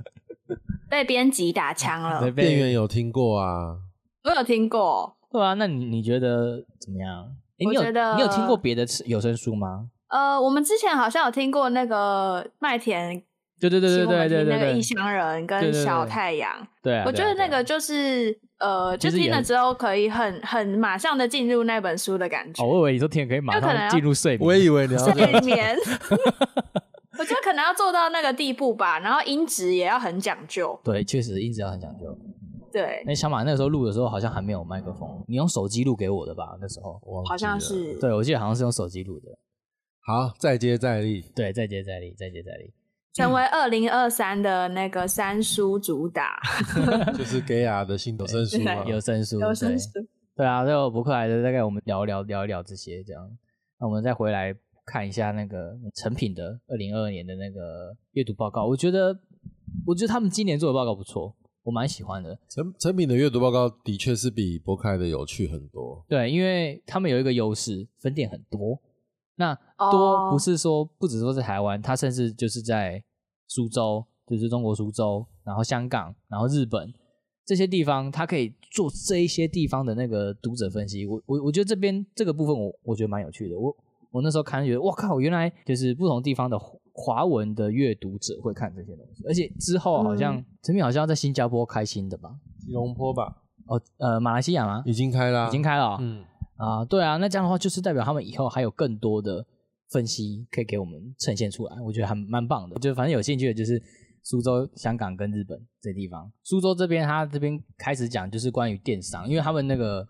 Speaker 3: 被编辑打枪了
Speaker 4: 对，
Speaker 1: 店员有听过啊？
Speaker 3: 我有听过。
Speaker 4: 对啊，那你你觉得怎么样？诶
Speaker 3: 我
Speaker 4: 你有
Speaker 3: 觉得
Speaker 4: 你有听过别的有声书吗？
Speaker 3: 呃，我们之前好像有听过那个麦田，
Speaker 4: 对对对对对对
Speaker 3: 请我们听
Speaker 4: 对
Speaker 3: 那个
Speaker 4: 对，
Speaker 3: 异乡人
Speaker 4: 对
Speaker 3: 跟
Speaker 4: 对对
Speaker 3: 小太阳，
Speaker 4: 对啊，
Speaker 3: 我觉
Speaker 4: 对啊
Speaker 3: 得那
Speaker 4: 对啊
Speaker 3: 个就是呃，
Speaker 4: 其
Speaker 3: 就
Speaker 4: 实也
Speaker 3: 听了
Speaker 4: 很
Speaker 3: 之后可以很很马上的进入那本书的感觉
Speaker 4: 哦，，我以为你说听了可以马
Speaker 3: 就可能
Speaker 4: 上
Speaker 3: 要
Speaker 4: 进入睡眠，
Speaker 1: 我以为你 要
Speaker 3: 睡眠。 我觉得可能要做到那个地步吧，然后音质也要很讲究。
Speaker 4: 对，确实音质要很讲究。
Speaker 3: 对，
Speaker 4: 那小马那个时候录的时候好像还没有麦克风，你用手机录给我的吧？那时候，
Speaker 1: 我忘记
Speaker 3: 好像
Speaker 1: 了
Speaker 3: 是
Speaker 4: 对我记得好像是用手机录的。
Speaker 1: 好，再接再厉。
Speaker 4: 对，再接再厉，再接再厉。
Speaker 3: 成为二零二三的那个三叔主打
Speaker 1: 就是给雅的新有声书嘛，
Speaker 4: 有声书，
Speaker 3: 有声
Speaker 4: 对
Speaker 3: 书。
Speaker 4: 对啊，最后博客来的大概我们聊聊聊一聊这些，这样，那我们再回来看一下那个成品的二零二二年的那个阅读报告，我觉得，我觉得他们今年做的报告不错，我蛮喜欢的。
Speaker 1: 成成品的阅读报告的确是比博客来的有趣很多。
Speaker 4: 对，因为他们有一个优势，分店很多。那多
Speaker 3: 哦
Speaker 4: 不是说不只说在台湾，它甚至就是在苏州，就是中国苏州，然后香港，然后日本这些地方，它可以做这一些地方的那个读者分析。我我我觉得这边这个部分我，我觉得蛮有趣的。我我那时候看觉得，哇靠，原来就是不同地方的华华文的阅读者会看这些东西，而且之后好像、陈敏好像要在新加坡开新的吧？
Speaker 1: 吉隆坡吧，
Speaker 4: 哦，呃，马来西亚吗？
Speaker 1: 已经开啦，
Speaker 4: 已经开了哦、
Speaker 1: 嗯，
Speaker 4: 啊，对啊，那这样的话就是代表他们以后还有更多的分析可以给我们呈现出来，我觉得还蛮棒的。就反正有兴趣的就是苏州、香港跟日本这地方。苏州这边他这边开始讲就是关于电商，因为他们那个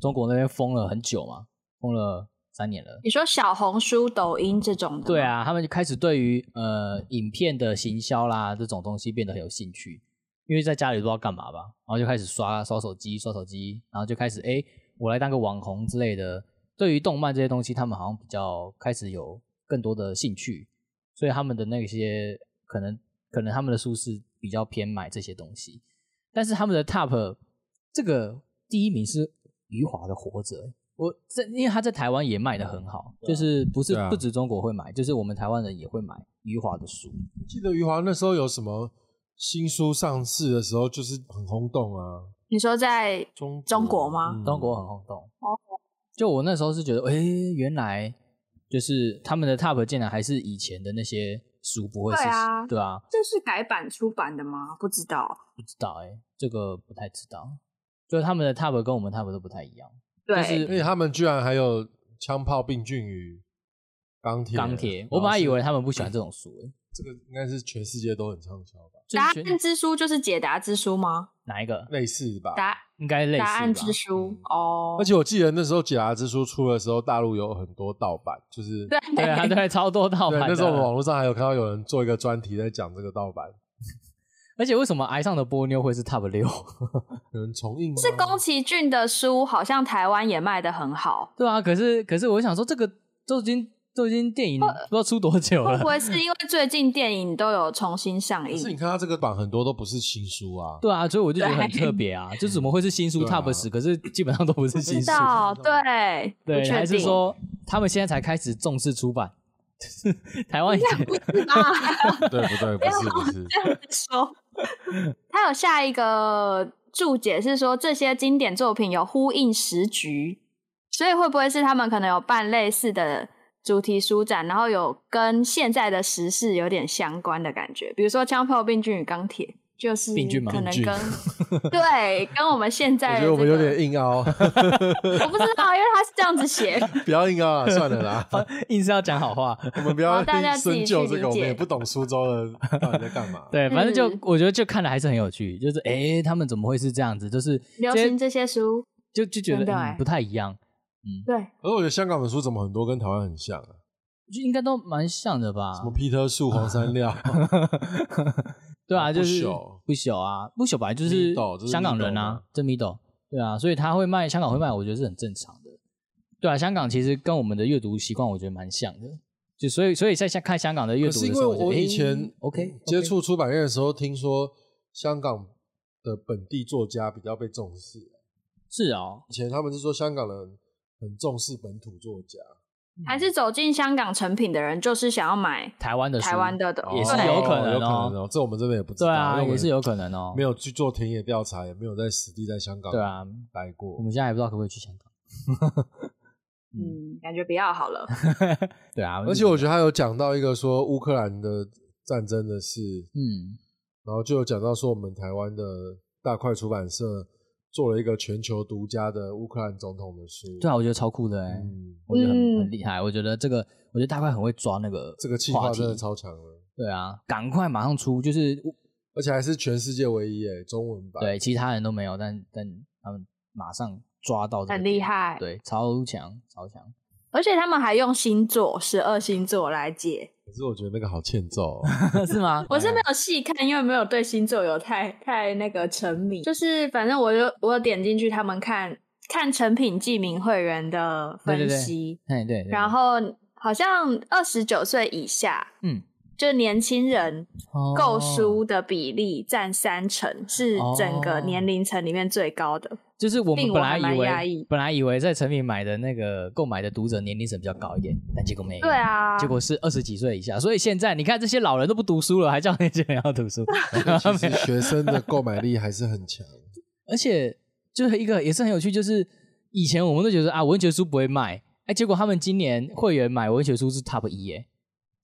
Speaker 4: 中国那边封了很久嘛，封了三年了。
Speaker 3: 你说小红书、抖音这种的，
Speaker 4: 对，啊，他们就开始对于呃影片的行销啦这种东西变得很有兴趣，因为在家里不知道干嘛吧，然后就开始刷刷手机，刷手机，然后就开始哎，诶我来当个网红之类的。对于动漫这些东西，他们好像比较开始有更多的兴趣，所以他们的那些可能可能他们的书是比较偏买这些东西，但是他们的 Top 这个第一名是余华的《活着》欸。我这因为他在台湾也卖的很好，就是不是
Speaker 1: 对啊
Speaker 4: 不止中国会买，就是我们台湾人也会买余华的书。
Speaker 1: 记得余华那时候有什么新书上市的时候，就是很轰动啊。
Speaker 3: 你说在
Speaker 1: 中
Speaker 3: 中国吗
Speaker 1: 嗯
Speaker 4: 中国很轰动。
Speaker 3: 哦
Speaker 4: 就我那时候是觉得，诶、原来就是他们的 Top 竟然还是以前的那些书，不会是
Speaker 3: 对啊
Speaker 4: 对啊，
Speaker 3: 这是改版出版的吗？不知道。
Speaker 4: 不知道诶、这个不太知道。就是他们的 Top 跟我们 Top 都不太一样。
Speaker 3: 对，
Speaker 4: 就是
Speaker 1: 而且他们居然还有枪炮、病菌与钢铁。
Speaker 4: 钢铁
Speaker 1: 然，后
Speaker 4: 我本来
Speaker 1: 是
Speaker 4: 以为他们不喜欢这种书、诶
Speaker 1: 这个应该是全世界都很畅销吧，
Speaker 4: 就
Speaker 3: 答
Speaker 4: 是觉得
Speaker 3: 案之书就是解答之书吗？
Speaker 4: 哪一个
Speaker 1: 类似吧。
Speaker 3: 答
Speaker 4: 应该类似
Speaker 3: 答案
Speaker 4: 吧嗯
Speaker 3: 之书哦，
Speaker 1: 而且我记得那时候《解答之书》出的时候，大陆有很多盗版，就是
Speaker 3: 对
Speaker 4: 对啊，对，超多 盗
Speaker 1: 对
Speaker 4: 版的。啊
Speaker 1: 那时候我们网络上还有看到有人做一个专题在讲这个盗版，
Speaker 4: 而且为什么《爱上的波妞》会是 Top 六？
Speaker 1: 有人重印吗
Speaker 3: 是宫崎骏的书，好像台湾也卖的 很好。
Speaker 4: 对啊，可是可是我想说，这个都已经都已经电影不知道出多久
Speaker 3: 会不
Speaker 4: 了。
Speaker 3: 会是因为最近电影都有重新上
Speaker 1: 可是你
Speaker 3: 映？
Speaker 1: 看它这个版很多都不是新书啊，
Speaker 4: 对啊，所以我就觉得很特别啊，就怎么会是新书
Speaker 1: 对啊
Speaker 4: Top 十？可是基本上都不是新
Speaker 3: 知
Speaker 4: 书。
Speaker 3: 道，对，不
Speaker 4: 对，
Speaker 3: 确
Speaker 4: 还是
Speaker 3: 定，
Speaker 4: 说 他们现在才开始重视出版？ 就是台湾以前
Speaker 3: 是吧？
Speaker 1: 对不对？不是不是，
Speaker 3: 这样子说，他有下一个注解是说，这些经典作品有呼应时局，所以会不会是他们可能有办类似的主题书展，然后有跟现在的时事有点相关的感觉？比如说《枪炮、病菌与钢铁》，就是
Speaker 4: 病菌吗
Speaker 3: 可能
Speaker 1: 病菌
Speaker 3: 跟对跟我们现
Speaker 1: 我
Speaker 3: 在
Speaker 1: 觉得
Speaker 3: 的、这
Speaker 1: 我
Speaker 3: 个，
Speaker 1: 们有点硬凹，
Speaker 3: 我不知道，因为他是这样子 写，
Speaker 1: 不要硬凹了，算了啦，
Speaker 4: 硬是要讲好话。
Speaker 1: 我们不
Speaker 3: 好
Speaker 1: 要
Speaker 3: 大家自己
Speaker 1: 深
Speaker 3: 去
Speaker 1: 究这个，
Speaker 3: 理
Speaker 1: 我
Speaker 3: 解
Speaker 1: 们也不懂苏州的到底在干嘛。
Speaker 4: 对，反正就
Speaker 3: 嗯
Speaker 4: 我觉得就看的还是很有趣，就是诶，他们怎么会是这样子？就是
Speaker 3: 流行这些书，
Speaker 4: 就就觉得
Speaker 3: 真的
Speaker 4: 嗯
Speaker 3: 欸
Speaker 4: 不太一样。
Speaker 3: 对，
Speaker 4: 嗯
Speaker 1: 而我觉得香港的书怎么很多跟台湾很像啊？
Speaker 4: 我觉得应该都蛮像的吧
Speaker 1: 什。
Speaker 3: 啊
Speaker 1: 么皮特树、黄山 料，
Speaker 4: 对啊，
Speaker 1: 不
Speaker 4: 就是
Speaker 1: 朽
Speaker 4: 不朽啊，不朽本来就是
Speaker 1: Middle，这是
Speaker 4: 香港
Speaker 1: Middle
Speaker 4: 人
Speaker 1: 嘛
Speaker 4: 啊，这 middle 对啊，所以他会卖香港会卖，我觉得是很正常的。对啊，香港其实跟我们的阅读习惯，我觉得蛮像的。就所以所以在像看香港的阅
Speaker 1: 可
Speaker 4: 读
Speaker 1: 是
Speaker 4: 的
Speaker 1: 因
Speaker 4: 时
Speaker 1: 为
Speaker 4: 候，觉得
Speaker 1: 我
Speaker 4: 诶
Speaker 1: 以前
Speaker 4: 嗯
Speaker 1: 嗯
Speaker 4: OK
Speaker 1: 接触出版业的时候，听说香港的本地作家比较被重视。啊
Speaker 4: 是哦，
Speaker 1: 以前他们是说香港人很重视本土作家，
Speaker 3: 还是走进香港成品的人就是想要买
Speaker 4: 台湾的
Speaker 3: 台
Speaker 4: 书
Speaker 3: 湾的的，
Speaker 4: 也是
Speaker 3: 对
Speaker 4: 有可能哦
Speaker 1: 有可能哦。这我们真的也不知道，
Speaker 4: 对啊
Speaker 1: 因为我们
Speaker 4: 也是有可能哦
Speaker 1: 没有去做田野调查，也没有在实地在香港
Speaker 4: 对啊，
Speaker 1: 待过
Speaker 4: 我。们现在还不知道可不可以去香港。
Speaker 3: 嗯，感觉比较好了。
Speaker 4: 对啊，
Speaker 1: 而且我觉得他有讲到一个说乌克兰的战争的事，
Speaker 4: 嗯，
Speaker 1: 然后就有讲到说我们台湾的大块出版社做了一个全球独家的乌克兰总统的书。
Speaker 4: 对啊，我觉得超酷的哎、
Speaker 1: 嗯，
Speaker 4: 我觉得很
Speaker 3: 嗯
Speaker 4: 很厉害。我觉得这个，我觉得大块很会抓那个
Speaker 1: 这个计
Speaker 4: 话
Speaker 1: 划
Speaker 4: 题
Speaker 1: 真的超强了，
Speaker 4: 对啊，赶快马上出，就是
Speaker 1: 而且还是全世界唯一诶中文版。
Speaker 4: 对其他人都没有，但但他们马上抓到这个点，
Speaker 3: 很厉害
Speaker 4: 对，超强超强。
Speaker 3: 而且他们还用星座十二星座来解，
Speaker 1: 可是我觉得那个好欠揍、哦。
Speaker 4: 是吗？
Speaker 3: 我是没有细看，因为没有对星座有太太那个沉迷。就是反正我就我有点进去他们看看成品记名会员的
Speaker 4: 对对
Speaker 3: 分
Speaker 4: 对
Speaker 3: 析，
Speaker 4: 哎，对，对
Speaker 3: 然后好像二十九岁以下，
Speaker 4: 嗯，
Speaker 3: 就年轻人
Speaker 4: 哦
Speaker 3: 购书的比例占三成，是整个年龄层里面最高的。
Speaker 4: 就是我们
Speaker 3: 令
Speaker 4: 本
Speaker 3: 我
Speaker 4: 来
Speaker 3: 还蛮
Speaker 4: 以
Speaker 3: 压
Speaker 4: 为
Speaker 3: 抑
Speaker 4: 本来以为在成品买的那个购买的读者年龄层比较高一点，但结果没有。
Speaker 3: 对。啊，
Speaker 4: 结果是二十几岁以下，所以现在你看这些老人都不读书了，还叫 年轻人要 读书，
Speaker 1: 其实学生的购买力还是很强。
Speaker 4: 而且就是一个也是很有趣，就是以前我们都觉得啊，文学书不会卖，哎，结果他们今年会员买文学书是 top 一，哎，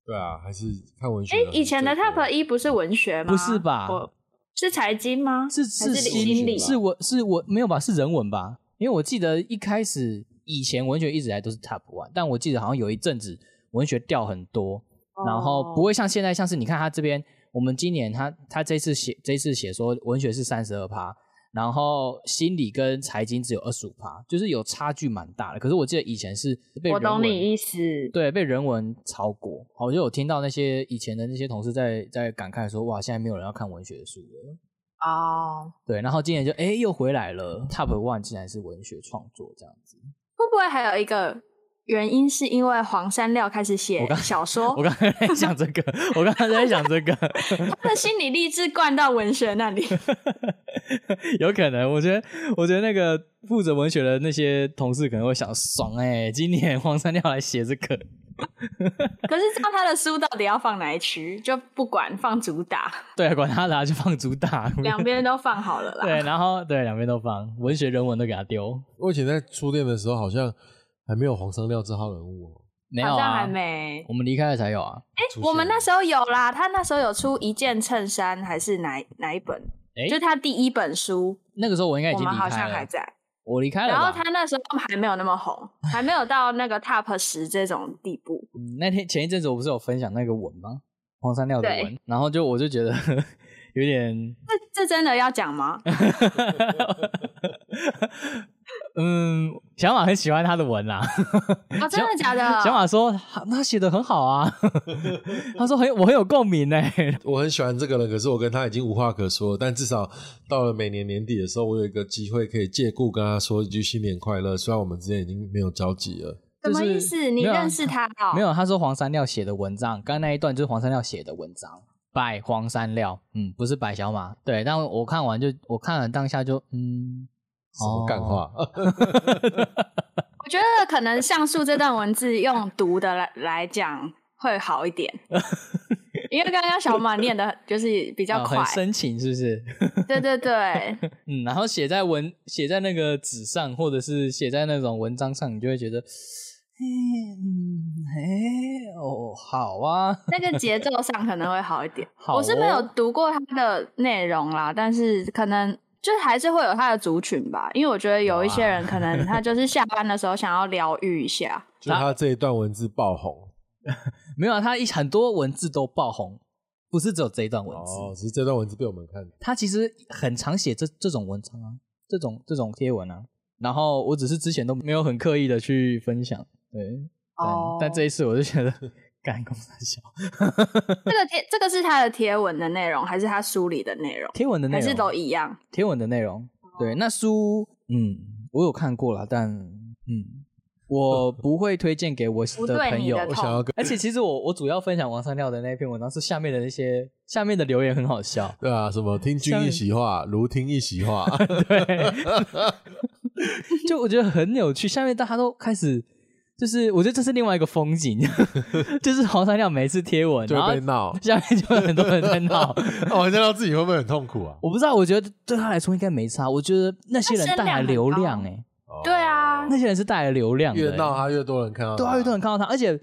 Speaker 1: 对啊，还是看文学啊
Speaker 3: 哎
Speaker 1: 的。，
Speaker 3: 以前的 Top 一不是文学吗？
Speaker 4: 不是吧
Speaker 3: 我是财经吗？
Speaker 4: 是
Speaker 3: 还是
Speaker 1: 心
Speaker 4: 心
Speaker 1: 理
Speaker 4: 是我是我没有吧，是人文吧？因为我记得一开始以前文学一直以来都是 top one，但我记得好像有一阵子文学掉很多，然后不
Speaker 3: 会
Speaker 4: 会像现在，像是你看他这边，我们今年他他这次写这次写说文学是三十二趴，然后心理跟财经只有二十五趴，就是有差距蛮大的。可是我记得以前是被
Speaker 3: 我
Speaker 4: 人
Speaker 3: 懂
Speaker 4: 文
Speaker 3: 你意思。
Speaker 4: 对，被人文超过。好我就有听到那些以前的那些同事在在感慨说，哇，现在没有人要看文学的书了。
Speaker 3: 哦，
Speaker 4: 对，然后今年就哎又回来了，Top One 竟然是文学创作这样子。
Speaker 3: 会不会还有一个原因是因为黄山料开始写
Speaker 4: 我刚
Speaker 3: 小说
Speaker 4: 我，刚才在想这个，我刚才在想这个。
Speaker 3: 他的心理励志灌到文学那里？
Speaker 4: 有可能，我觉得，我觉得那个负责文学的那些同事可能会想，爽哎、今年黄山料来写这个，
Speaker 3: 可是照他的书到底要放哪一区，就不管放主打，
Speaker 4: 对啊，管他的、啊，就放主打，
Speaker 3: 两边都放好了 啦。
Speaker 4: 对，然后对两边都放，文学人文都给他丢，
Speaker 1: 我以前在书店的时候，好像还没有黄商料这号人物哦。
Speaker 4: 没有
Speaker 3: 好像
Speaker 4: 啊，
Speaker 3: 还没。
Speaker 4: 我们离开了才有啊，
Speaker 1: 哎
Speaker 3: 我们那时候有啦，他那时候有出一件衬衫，还是哪一哪一本？
Speaker 4: 哎
Speaker 3: 就他第一本书，
Speaker 4: 那个时候我应该已
Speaker 3: 我
Speaker 4: 经
Speaker 3: 们
Speaker 4: 离
Speaker 3: 好
Speaker 4: 开
Speaker 3: 像还
Speaker 4: 了，
Speaker 3: 在。
Speaker 4: 我离开了
Speaker 3: 然
Speaker 4: 吧，
Speaker 3: 后他那时候还没有那么红，还没有到那个 top 十这种地步。
Speaker 4: 嗯那天前一阵子我不是有分享那个文吗？黄山料的
Speaker 3: 对
Speaker 4: 文，然后就我就觉得 有点
Speaker 3: 这这真的要讲 吗？
Speaker 4: 嗯，小马很喜欢他的文啦。
Speaker 3: 哦，真的假的？
Speaker 4: 小马说哈他写的很好 啊，他说很有我很有共鸣欸呢。
Speaker 1: 我很喜欢这个人，可是我跟他已经无话可说了。但至少到了每年年底的时候，我有一个机会可以借故跟他说一句新年快乐。虽然我们之间已经没有交集了，
Speaker 3: 什么
Speaker 4: 就是
Speaker 3: 意思？你
Speaker 4: 没有啊
Speaker 3: 认识他哦？
Speaker 4: 没有，他说黄山料写的文章，刚刚那一段就是黄山料写的文章。拜黄山料，嗯，不是拜小马，对。但我看完就，我看了当下就，嗯，
Speaker 1: 什么干话？
Speaker 3: 我觉得可能上述这段文字用读的来来讲会好一 点，因为刚刚小马念的就是比
Speaker 4: 比
Speaker 3: 较快
Speaker 4: 呃哦很，深情，是不是？
Speaker 3: 对对对，
Speaker 4: 嗯，然后写在文，写在那个纸上，或者是写在那种文章上，你就会觉得，嗯，哎，哦，好啊，
Speaker 3: 那个节奏上可能会好一点。
Speaker 4: 好哦
Speaker 3: 我是没有读过他的内容啦，但是可能。就是还是会有他的族群吧，因为我觉得有一些人可能他就是下班的时候想要疗愈一下，
Speaker 1: 就他这一段文字爆红
Speaker 4: 没有啊，他一很多文字都爆红，不是只有这一段文字。
Speaker 1: 哦，只是这段文字被我们看到。
Speaker 4: 他其实很常写这这种文章啊，这种这种贴文啊。然后我只是之前都没有很刻意的去分享，对，但、
Speaker 3: 哦，
Speaker 4: 但这一次我就觉得 干公司小
Speaker 3: 这个贴这个是他的贴文的内容，还是他书里的内容，
Speaker 4: 贴文的内
Speaker 3: 还
Speaker 4: 容
Speaker 3: 是都一样？
Speaker 4: 贴文的内容。
Speaker 1: 哦
Speaker 4: 对，那书，嗯，我有看过啦，但嗯，我不会推荐给我
Speaker 3: 不
Speaker 4: 的
Speaker 3: 对
Speaker 4: 朋
Speaker 3: 你
Speaker 4: 友
Speaker 3: 的。
Speaker 1: 我想要
Speaker 3: 痛，
Speaker 1: 跟，
Speaker 4: 而且其实我我主要分享王三料的那篇文章是下面的那些下面的留言很好笑
Speaker 1: 对啊，什么听君一席话，如听一席话，
Speaker 4: 就我觉得很有趣。下面大家都开始就是，我觉得这是另外一个风景， 就是王三料每次贴文，
Speaker 1: 就
Speaker 4: 然后
Speaker 1: 会被闹。 哦
Speaker 4: 下面就有很多人在 闹。
Speaker 1: 那我知道自己会不会很痛苦啊？
Speaker 4: 我不知道，我觉得对他来说应该没差。我觉得那些人带来流量、欸，
Speaker 1: 哦
Speaker 3: 对啊
Speaker 4: 那些人是带来流量的、
Speaker 1: 越闹
Speaker 4: 欸，
Speaker 1: 他越多人看到他，
Speaker 4: 对啊，越多人看到他，而且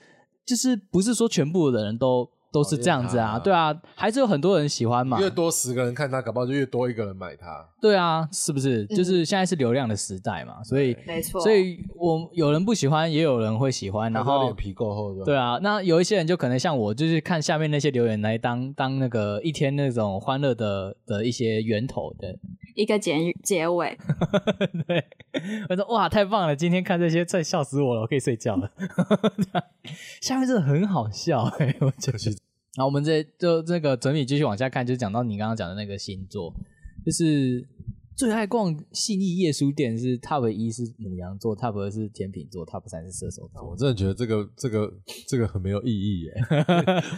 Speaker 4: 就是不是说全部的人都都是这样子啊，
Speaker 1: 讨厌他
Speaker 4: 对啊，还是有很多人喜欢嘛，
Speaker 1: 越多十个人看他，搞不好就越多一个人买他。
Speaker 4: 对啊，是不是？
Speaker 3: 嗯
Speaker 4: 就是现在是流量的时代嘛，所以
Speaker 3: 没错，
Speaker 4: 所以我有人不喜欢，也有人会喜欢，然
Speaker 1: 还是他
Speaker 4: 后
Speaker 1: 脸。皮够厚就好
Speaker 4: 对，啊，那有一些人就可能像我，就是看下面那些留言来当当那个一天那种欢乐的的一些源头的，
Speaker 3: 一个结 结尾，
Speaker 4: 对，我说哇，太棒了！今天看这些，真笑死我了，我可以睡觉了。下面真的很好笑、哎，我觉得。然后我们这就这个整理继续往下看，就讲到你刚刚讲的那个星座，就是最爱逛信义夜书店是 top 一是母羊座，top 二是天秤座，top 三是射手
Speaker 1: 我
Speaker 4: 座。
Speaker 1: 真的觉得这个这个这个很没有意义 耶，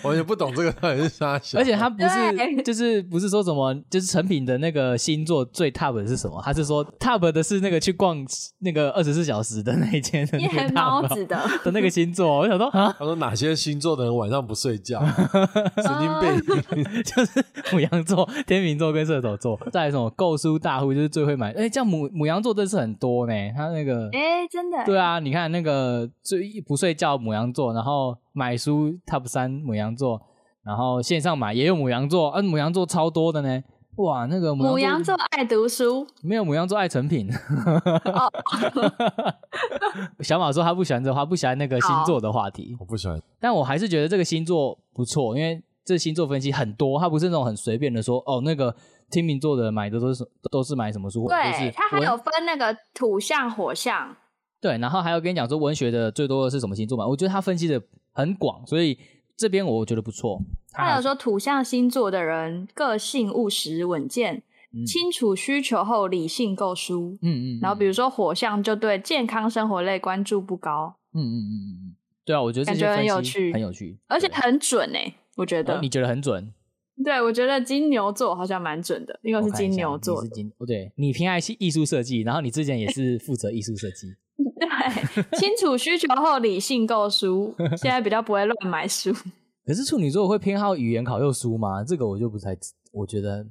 Speaker 1: 完全不懂这个到底是啥小。
Speaker 4: 而且他不是，
Speaker 3: 对
Speaker 4: 就是不是说什么，就是成品的那个星座最 top 的是什么？他是说 top 的是那个去逛那个二十四小时的那一间的那个
Speaker 3: 夜
Speaker 4: top
Speaker 3: 猫
Speaker 4: 啊
Speaker 3: 子的，
Speaker 4: 的那个星座，我想说啊，
Speaker 1: 他说哪些星座的人晚上不睡觉？ 神经病！
Speaker 4: 就是母羊座、天秤座跟射手座，再来什么购书大户，就是最会买。哎、这样母母羊座真是很多呢，他那个。
Speaker 3: 哎，真的，
Speaker 4: 对啊，你看那个最不睡觉母羊座，然后买书 Top 三母羊座，然后线上买也有母羊座，嗯、母羊座超多的呢，哇，那个
Speaker 3: 母
Speaker 4: 母
Speaker 3: 羊座爱读书，
Speaker 4: 没有母羊座爱成品。
Speaker 3: 哦
Speaker 4: 小马说他不喜欢这话，不喜欢那个星座的话题
Speaker 1: 我。不喜欢，
Speaker 4: 但我还是觉得这个星座不错，因为这星座分析很多，它不是那种很随便的说哦，那个天秤座的买的都是都是买什么书，或者是
Speaker 3: 对，它还
Speaker 4: 文
Speaker 3: 有分那个土象、火象，
Speaker 4: 对，然后还有跟你讲说文学的最多的是什么星座嘛？我觉得他分析的很广，所以这边我觉得不错。它
Speaker 3: 他有说土象星座的人个性务实稳健，
Speaker 4: 嗯
Speaker 3: 清楚需求后理性购书。
Speaker 4: 嗯嗯，
Speaker 3: 然后比如说火象就对健康生活类关注不高，
Speaker 4: 嗯嗯嗯嗯嗯，对啊，我觉得这
Speaker 3: 感
Speaker 4: 些
Speaker 3: 觉
Speaker 4: 分
Speaker 3: 很
Speaker 4: 析
Speaker 3: 有趣
Speaker 4: 很有趣，
Speaker 3: 而且
Speaker 4: 对
Speaker 3: 很准哎、我觉
Speaker 4: 哦
Speaker 3: 得
Speaker 4: 你。觉得很准，
Speaker 3: 对，我觉得金牛座好像蛮准的，因为
Speaker 4: 我
Speaker 3: 我是
Speaker 4: 看一
Speaker 3: 金
Speaker 4: 下
Speaker 3: 牛座
Speaker 4: 你
Speaker 3: 的
Speaker 4: 是。金，哦对你偏爱艺术设计，然后你之前也是负责艺术设计，
Speaker 3: 对，清楚需求后理性购书，现在比较不会乱买书。
Speaker 4: 可是处女座会偏好语言考究书吗？这个我就不太知，我觉得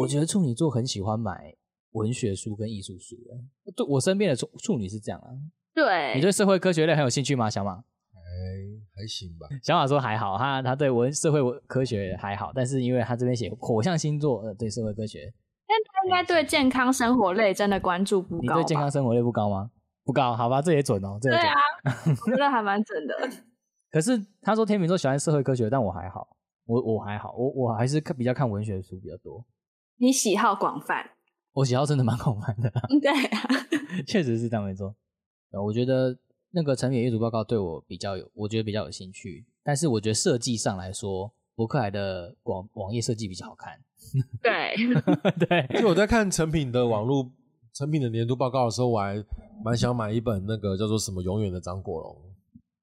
Speaker 4: 我觉得处女座很喜欢买文学书跟艺术书、欸。对我身边的处处女是这样啊。你
Speaker 3: 对，
Speaker 4: 对社会科学类很有兴趣吗，小马？
Speaker 1: 哎还还行吧。
Speaker 4: 小马说还好，他他对文社会文科学还好，但是因为他这边写火象星座，呃，对社会科学，
Speaker 3: 他应该对健康生活类真的关注不
Speaker 4: 你
Speaker 3: 高
Speaker 4: 对健
Speaker 3: 吧？
Speaker 4: 康生活类不高吗？不高，好吧，这也准哦，这
Speaker 3: 对
Speaker 4: 也准。
Speaker 3: 啊，我觉得还蛮准的。
Speaker 4: 可是他说天秤座喜欢社会科学，但我还好，我我还好，我我还是看比较看文学书比较多，
Speaker 3: 你喜好 广泛，
Speaker 4: 我喜好真的蛮广泛的。
Speaker 3: 对啊，
Speaker 4: 确实是这样没错。呃我觉得那个成品阅读报告对我比较有，我觉得比较有兴趣。但是我觉得设计上来说，博客来的网网页设计比较好 看。
Speaker 3: 对，
Speaker 4: 对，
Speaker 1: 就我在看成品的网络成品的年度报告的时候，我还蛮想买一本那个叫做什么《永远的张国荣》，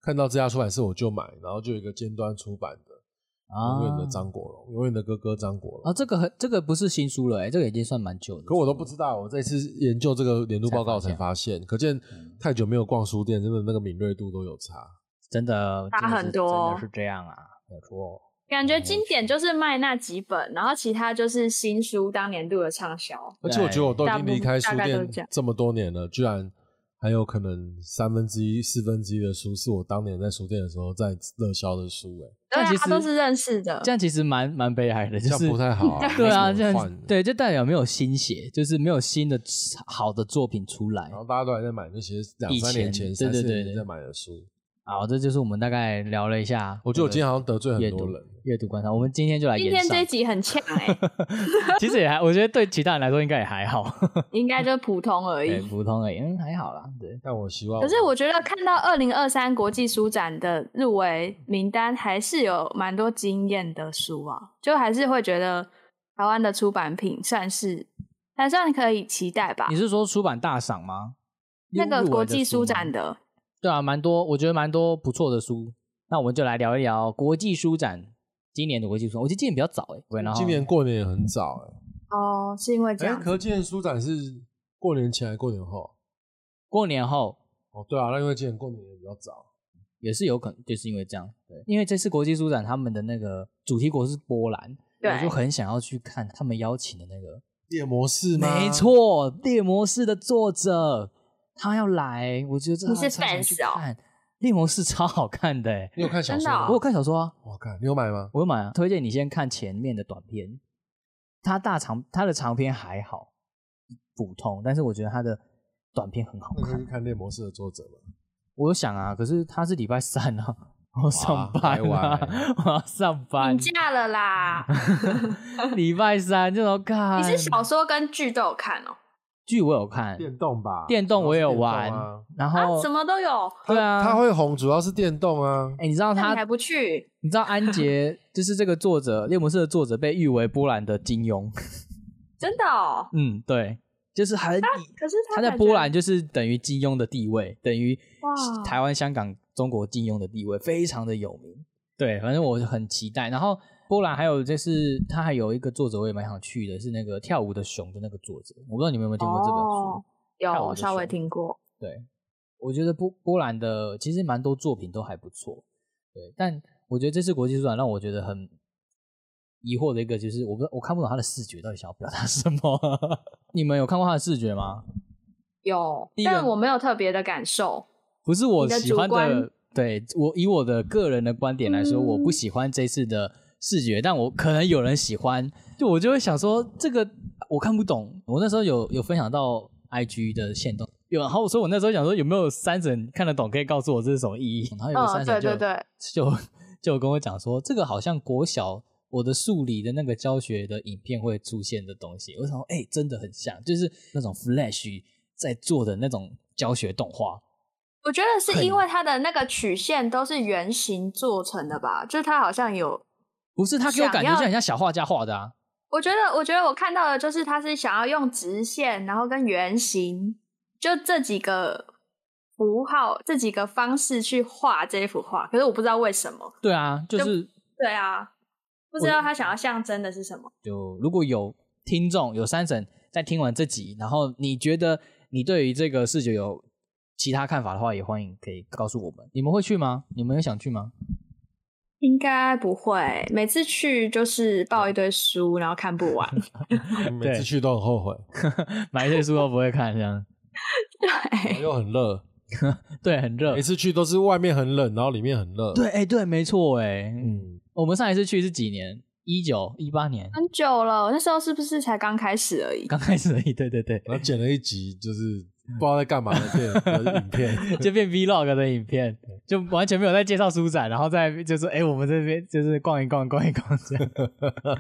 Speaker 1: 看到这家出版社我就买，然后就有一个尖端出版的《
Speaker 4: 啊
Speaker 1: 永远的张国荣》，永远的哥哥张国
Speaker 4: 啊，
Speaker 1: 荣。
Speaker 4: 这个很这个不是新书了、哎，这个已经算蛮旧的。
Speaker 1: 可我都不知道，我这次研究这个年度报告才发现，可见太久没有逛书店，真的那个敏锐度都有差。
Speaker 4: 真的哦
Speaker 3: 差
Speaker 4: 真的是
Speaker 3: 很多哦
Speaker 4: 真的是这样啊，没有错。
Speaker 3: 感觉经典就是卖那几本，然后其他就是新书当年度的畅销。
Speaker 1: 而且我觉得我都已
Speaker 3: 大
Speaker 1: 经
Speaker 3: 部分
Speaker 1: 离开书
Speaker 3: 大概都是
Speaker 1: 店
Speaker 3: 这样
Speaker 1: 这么多年了，居然还有可能三分之一、四分之一的书是我当年在书店的时候在热销的书、欸，
Speaker 3: 对
Speaker 4: 但
Speaker 3: 啊
Speaker 4: 其，实
Speaker 3: 都是认识的
Speaker 4: 这。样其实蛮蛮悲哀的，就
Speaker 1: 这
Speaker 4: 是
Speaker 1: 样不太好啊
Speaker 4: 对啊，
Speaker 1: 为
Speaker 4: 这
Speaker 1: 什么换
Speaker 4: 样对，就代表没有新血，就是没有新的好的作品出来
Speaker 1: 然。后大家都还在买那些两
Speaker 4: 以
Speaker 1: 三
Speaker 4: 前
Speaker 1: 年前、
Speaker 4: 对
Speaker 1: 三
Speaker 4: 对
Speaker 1: 四
Speaker 4: 对
Speaker 1: 年前
Speaker 4: 对
Speaker 1: 在买的书，
Speaker 4: 好，这就是我们大概聊了一下。
Speaker 1: 我觉得我今天好像得罪很
Speaker 4: 阅
Speaker 1: 多
Speaker 4: 读
Speaker 1: 人，
Speaker 4: 阅读观察，我们今天就来
Speaker 3: 今
Speaker 4: 演
Speaker 3: 天这
Speaker 4: 上
Speaker 3: 一。集很呛哎、
Speaker 4: 其实也还，我觉得对其他人来说应该也还 好，
Speaker 3: 应该就是普通而
Speaker 4: 对，
Speaker 3: 已。
Speaker 4: 普通而已，嗯，还好啦。对，
Speaker 1: 但我
Speaker 4: 哦
Speaker 1: 希望
Speaker 3: 可是我觉得看到二零二三国际书展的入围名单，还是有蛮多惊艳的书啊，就还是会觉得台湾的出版品算是还算可以期待吧
Speaker 4: 你。是说出版大赏吗？
Speaker 3: 啊那个
Speaker 4: 入围
Speaker 3: 国
Speaker 4: 的
Speaker 3: 际书
Speaker 4: 吗
Speaker 3: 展的，
Speaker 4: 对啊，蛮多，我觉得蛮多不错的书。那我们就来聊一聊国际书展，今年的国际书展，我记得今年比较早哎、对，然后
Speaker 1: 今年过年也很早欸
Speaker 3: 哦，是因为哦这
Speaker 1: 哎、哎，
Speaker 3: 样子，
Speaker 1: 可是今年书展是过年前还是过年后？
Speaker 4: 过年后
Speaker 1: 哦，对啊，那因为今年过年也比较早，
Speaker 4: 也是有可能，就是因为这样，对，因为这次国际书展他们的那个主题国是波兰，
Speaker 3: 对
Speaker 4: 我就很想要去看他们邀请的那个，
Speaker 1: 夜模式吗？
Speaker 4: 没，错，《猎魔士》的作者他要来，我觉得这
Speaker 3: 你是
Speaker 4: 超想去
Speaker 3: fans 哦
Speaker 4: 看，《猎魔士》超好看的、 欸，
Speaker 1: 你有看小说
Speaker 3: 真的
Speaker 1: 吗？
Speaker 3: 哦
Speaker 4: 我有看小说啊，
Speaker 1: 我看，你有买吗？
Speaker 4: 我有买啊，推荐你先看前面的短片，它大长它的长片还好，普通，但是我觉得它的短片很好
Speaker 1: 那可以
Speaker 4: 看
Speaker 1: 去。看《猎模式》的作者吗？
Speaker 4: 我有想啊，可是它是礼拜三啊，我要上
Speaker 1: 还
Speaker 4: 班啊
Speaker 1: 晚，
Speaker 4: 我要上班
Speaker 3: 请，假了啦。
Speaker 4: 礼拜三就要看。
Speaker 3: 你是小说跟剧都有看哦？
Speaker 4: 剧我有看，
Speaker 1: 电动吧，
Speaker 4: 电动我也有
Speaker 1: 主要是
Speaker 4: 玩
Speaker 1: 电动啊，
Speaker 4: 然
Speaker 3: 啊，
Speaker 4: 后
Speaker 3: 什么都有，
Speaker 4: 对啊，
Speaker 1: 它会红主要是电动啊。
Speaker 4: 哎，你知道
Speaker 3: 那
Speaker 4: 他
Speaker 3: 你还不去？
Speaker 4: 你知道安杰就是这个作者《猎魔士》的作者被誉为波兰的金庸，
Speaker 3: 真的哦？
Speaker 4: 嗯，对，就是很
Speaker 3: 可是
Speaker 4: 他在
Speaker 3: 感觉
Speaker 4: 波兰就是等于金庸的地位，等于
Speaker 3: 哇
Speaker 4: 台湾、香港、中国金庸的地位，非常的有名。对，反正我很期待。然后波兰还有就是，他还有一个作者我也蛮想去的，是那个跳舞的熊的那个作者，我不知道你们有没有听过这本书。
Speaker 3: 哦
Speaker 4: 看我
Speaker 3: 有
Speaker 4: 的
Speaker 3: 稍微
Speaker 4: 书
Speaker 3: 听过，
Speaker 4: 对，我觉得波波兰的其实蛮多作品都还不错，对，但我觉得这次国际书展让我觉得很疑惑的一个就是，我不我看不懂他的视觉到底想要表达什么。 你们有看过他的视觉吗？
Speaker 3: 有
Speaker 4: 第一，
Speaker 3: 但
Speaker 4: 个
Speaker 3: 我没有特别的感受。
Speaker 4: 不是我
Speaker 3: 你的
Speaker 4: 喜
Speaker 3: 主
Speaker 4: 欢的
Speaker 3: 观，
Speaker 4: 对我以我的个人的观点来说，
Speaker 3: 嗯
Speaker 4: 我不喜欢这次的视觉，但我可能有人喜欢，就我就会想说这个我看不懂。我那时候有有分享到 IG 的线动，有，然后所以我那时候想说有没有三人看得懂，可以告诉我这是什么意义？然后有个
Speaker 3: 嗯，
Speaker 4: 三
Speaker 3: 对
Speaker 4: 人就、
Speaker 3: 对对，
Speaker 4: 就就有跟我讲说，这个好像国小我的数理的那个教学的影片会出现的东西。我想说，哎、真的很像，就是那种 Flash 在做的那种教学动画。
Speaker 3: 我觉得是
Speaker 4: 很
Speaker 3: 因为它的那个曲线都是圆形做成的吧，就是它好像有。
Speaker 4: 不是，他给我感觉
Speaker 3: 想要
Speaker 4: 就很像小画家画的啊。
Speaker 3: 我觉得，我觉得我看到的就是它是想要用直线，然后跟圆形，就这几个符号、这几个方式去画这幅画。可是我不知道为什么。
Speaker 4: 对啊，就是
Speaker 3: 对啊，不知道他想要象征的是什么。
Speaker 4: 就如果有听众有三婶在听完这集，然后你觉得你对于这个视觉有其他看法的话，也欢迎可以告诉我们。你们会去吗？你们有想去吗？
Speaker 3: 应该不会，每次去就是
Speaker 4: 嗯
Speaker 3: 抱一堆书，然后看不完。
Speaker 4: 哎
Speaker 1: 每次去都很后悔，
Speaker 4: 买一些书都不会看，这样哎
Speaker 1: 然后又很热，
Speaker 4: 对，很热
Speaker 1: 每。次去都是外面很冷，然后里面很热。
Speaker 4: 对，，哎、对，没错，哎，嗯，
Speaker 1: 嗯，
Speaker 4: 我们上一次去是几年？一九一八年，
Speaker 3: 很久了，那时候是不是才刚开始而已？
Speaker 4: 刚开始而已。对对对，
Speaker 1: 然后剪了一集就是不知道在干嘛的 电影的影片，
Speaker 4: 就变 vlog 的影片，就完全没有在介绍书展，然后再就是，哎、我们这边就是逛一逛，逛一逛这样
Speaker 1: 还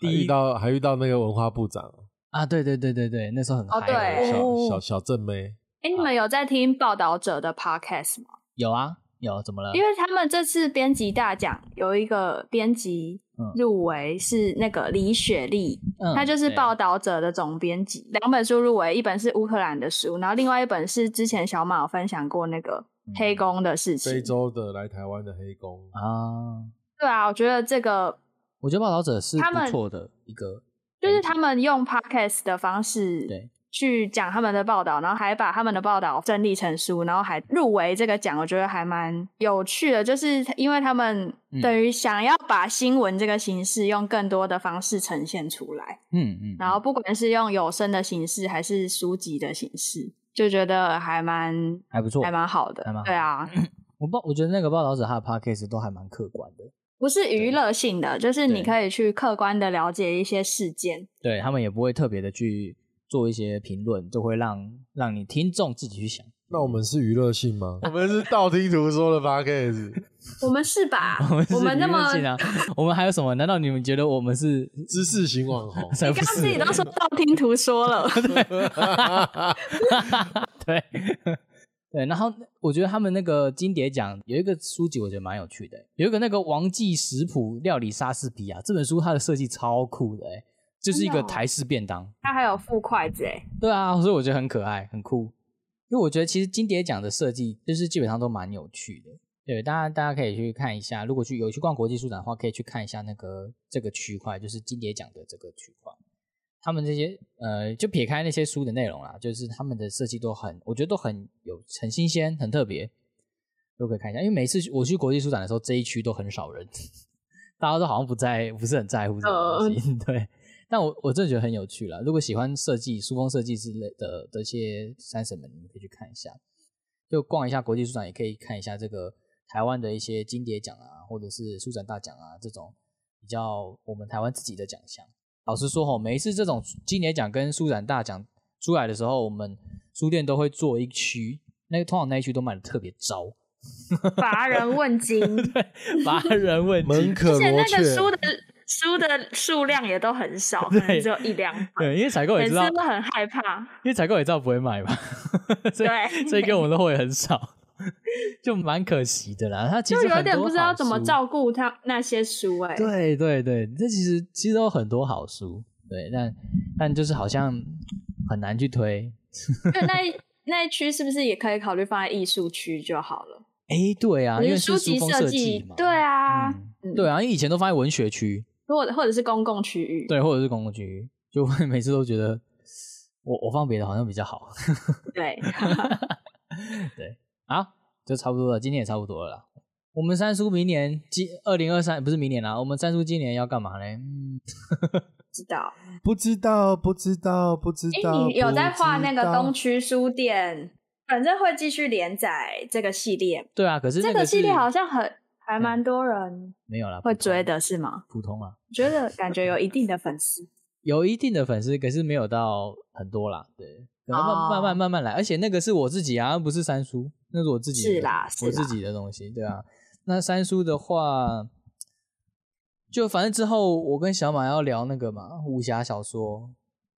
Speaker 4: 第
Speaker 1: 遇
Speaker 4: 一
Speaker 1: 到还遇到那个文化部长，
Speaker 4: 啊，对对对对对，那时候很
Speaker 3: 哦
Speaker 4: 嗨
Speaker 3: 对
Speaker 4: 很
Speaker 1: 小
Speaker 4: 爽
Speaker 1: 小小正妹，
Speaker 3: 哎、
Speaker 4: 啊
Speaker 3: 你们有在听报道者的 podcast 吗？
Speaker 4: 有啊有，怎么了？
Speaker 3: 因为他们这次编辑大奖有一个编辑
Speaker 4: 嗯
Speaker 3: 入围是那个李雪莉，
Speaker 4: 嗯
Speaker 3: 她就是
Speaker 4: 对
Speaker 3: 报道者的总编辑，两本书入围，一本是乌克兰的书，然后另外一本是之前小马有分享过那个
Speaker 4: 嗯
Speaker 3: 黑工的事情。
Speaker 1: 非洲的来台湾的黑工，
Speaker 4: 啊，
Speaker 3: 对啊，我觉得这个
Speaker 4: 我觉得报道者是
Speaker 3: 他们
Speaker 4: 不错的一个，
Speaker 3: 就是他们用 podcast 的方
Speaker 4: 对
Speaker 3: 式去讲他们的报道，然后还把他们的报道整理成书，然后还入围这个奖，我觉得还蛮有趣的。就是因为他们
Speaker 4: 嗯
Speaker 3: 等于想要把新闻这个形式用更多的方式呈现出来，
Speaker 4: 嗯嗯，
Speaker 3: 然后不管是用有声的形式还是书籍的形式，就觉得还蛮
Speaker 4: 还不错，
Speaker 3: 还蛮好的
Speaker 4: 还蛮。好
Speaker 3: 对啊，
Speaker 4: 我报我觉得那个报道者他的 podcast 都还蛮客观的，
Speaker 3: 不是娱乐性的，就是
Speaker 4: 对
Speaker 3: 你可以去客观的了解一些事件。
Speaker 4: 对他们也不会特别的去做一些评论，就会让让你听众自己去想。
Speaker 1: 那我们是娱乐性吗？ 我们是道听途说的 podcast，
Speaker 3: 我们是吧？
Speaker 4: 我们是
Speaker 3: 我们那
Speaker 4: 娱乐
Speaker 3: 么，
Speaker 4: 性
Speaker 3: 你
Speaker 4: 啊，我们还有什么？难道你们觉得我们是？。
Speaker 1: 知识型网 红
Speaker 4: 才不
Speaker 3: 刚刚
Speaker 4: 是
Speaker 3: 自己都说道听途说了，
Speaker 4: 对 对，然后我觉得他们那个金蝶奖有一个书籍，我觉得蛮有趣的、有一个那个《王记食谱料理莎士比亚》这本书，它的设计超酷的、欸，就是一
Speaker 3: 真的
Speaker 4: 个
Speaker 3: 哦
Speaker 4: 台式便当。
Speaker 3: 他还有副筷子哎，
Speaker 4: 对啊，所以我觉得很可爱，很酷。因为我觉得其实金蝶奖的设计就是基本上都蛮有趣的，对，大家大家可以去看一下。如果去有去逛国际书展的话，可以去看一下那个这个区块，就是金蝶奖的这个区块。他们这些呃，就撇开那些书的内容啦，就是他们的设计都很，我觉得都很有很新鲜，很特别，都可以看一下。因为每次我去国际书展的时候，这一区都很少人， 大家都好像不在，不是很在乎这个东西， 对。但我我真的觉得很有趣啦。如果喜欢设计、书风设计之类的的一些三婶们，你们可以去看一下，就逛一下国际书展，也可以看一下这个台湾的一些金蝶奖啊，或者是书展大奖啊这种比较我们台湾自己的奖项。老实说吼，每一次这种金蝶奖跟书展大奖出来的时候，我们书店都会做一区，那个通常那一区都卖的特别糟，
Speaker 3: 乏人 问津，而
Speaker 4: 乏人问津
Speaker 1: 门。可
Speaker 3: 且
Speaker 1: 罗
Speaker 3: 那个
Speaker 1: 雀，
Speaker 3: 书的书的数量也都很少，可能
Speaker 4: 对
Speaker 3: 只有一两本，
Speaker 4: 对，因为采购也
Speaker 3: 每
Speaker 4: 知
Speaker 3: 次
Speaker 4: 道，
Speaker 3: 都很害怕。
Speaker 4: 因为采购也知道不会买嘛，所以
Speaker 3: 对
Speaker 4: 所以给我们的货也很少，就蛮可惜的啦。他其
Speaker 3: 就
Speaker 4: 实
Speaker 3: 有
Speaker 4: 很
Speaker 3: 点
Speaker 4: 多
Speaker 3: 不知道
Speaker 4: 好
Speaker 3: 怎么
Speaker 4: 书
Speaker 3: 照顾他那些书哎、
Speaker 4: 对对对，这其实其实有很多好书，对，但但就是好像很难去推。
Speaker 3: 就那一那一区是不是也可以考虑放在艺术区就好了？
Speaker 4: 哎，对啊，因为
Speaker 3: 是
Speaker 4: 是
Speaker 3: 籍
Speaker 4: 书风
Speaker 3: 设
Speaker 4: 计嘛，
Speaker 3: 对啊，
Speaker 4: 嗯对啊，因为以前都放在文学区，
Speaker 3: 或者或者是公共区域，
Speaker 4: 对，或者是公共区，就会 每次都觉得我我放别的好像比较好。
Speaker 3: 对，
Speaker 4: 对，好，就差不多了，今天也差不多了啦。我们三叔明年今二零二三不是明年啦，我们三叔今年要干嘛嘞？嗯，
Speaker 3: 知道。
Speaker 1: 不知道，不知道，不知
Speaker 3: 哎、
Speaker 1: 道。
Speaker 3: 你有在画那个东
Speaker 1: 区？
Speaker 3: 区书店，反正会继续连载这个系列。
Speaker 4: 对啊，可是那
Speaker 3: 这
Speaker 4: 个
Speaker 3: 个系列
Speaker 4: 是嗯
Speaker 3: 好像很还蛮多人
Speaker 4: 没有啦，
Speaker 3: 会
Speaker 4: 普通
Speaker 3: 追的是吗？
Speaker 4: 普通啊，
Speaker 3: 觉得感觉有一定的粉丝，
Speaker 4: 有一定的粉丝，可是没有到很多啦，对，可能慢
Speaker 3: 哦
Speaker 4: 慢慢慢慢来，而且那个是我自己啊，不是三叔，那是我 自己的
Speaker 3: 是啦是嗯
Speaker 4: 我
Speaker 3: 啦
Speaker 4: 自己的东西，对啊。那三叔的话，就反正之后我跟小马要聊那个嘛武侠小说，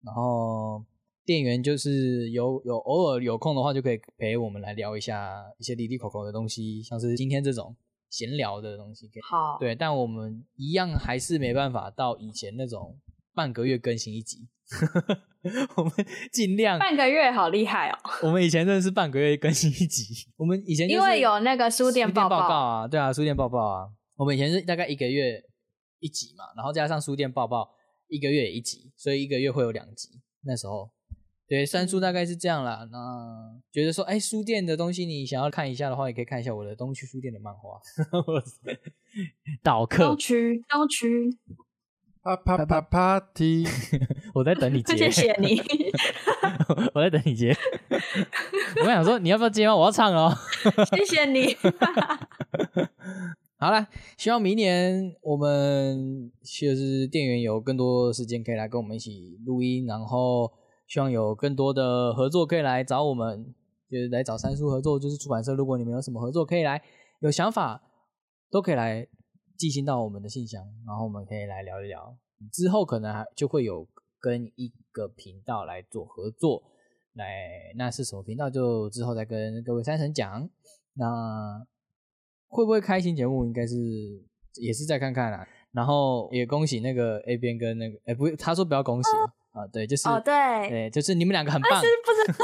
Speaker 4: 然后店员就是有有偶尔有空的话，就可以陪我们来聊一下一些滴滴口口的东西，像是今天这种闲聊的东西，可以
Speaker 3: 好，
Speaker 4: 对，但我们一样还是没办法到以前那种半个月更新一集。 我们尽量，
Speaker 3: 半个月好厉害哦，
Speaker 4: 我们以前真的是半个月更新一集。我们以前哎就
Speaker 3: 因为
Speaker 4: 是
Speaker 3: 有那个书店
Speaker 4: 报
Speaker 3: 报告
Speaker 4: 啊，对啊，书店报报啊。我们以前是大概一个月一集嘛，然后加上书店报报，一个月也一集，所以一个月会有两集。那时候，对三叔大概是这样啦。
Speaker 3: 嗯
Speaker 4: 那觉得说，哎，书店的东西你想要看一下的话，也可以看一下我的东区书店的漫画。 导客
Speaker 3: 东，区东区，
Speaker 1: 啪啊啪啪 party，
Speaker 4: 我在等你接，
Speaker 3: 谢谢你，
Speaker 4: 我在等你接。 我想说你要不要接吗？我要唱哦。
Speaker 3: 谢 谢你，
Speaker 4: 好了，希望明年我们就是店员有更多时间可以来跟我们一起录音，然后希望有更多的合作可以来找我们，就是来找三叔合作，就是出版社。如果你们有什么合作，可以来有想法都可以来寄信到我们的信箱，然后我们可以来聊一聊。之后可能还就会有跟一个频道来做合作，来那是什么频道就之后再跟各位三神讲。那会不会开新节目，应该是也是再看看啦、然后也恭喜那个 A 边跟那个，哎、不，他说不要恭喜啊，对，就是
Speaker 3: 哦对
Speaker 4: 对，就是你们两个很
Speaker 3: 但
Speaker 4: 棒
Speaker 3: 是，不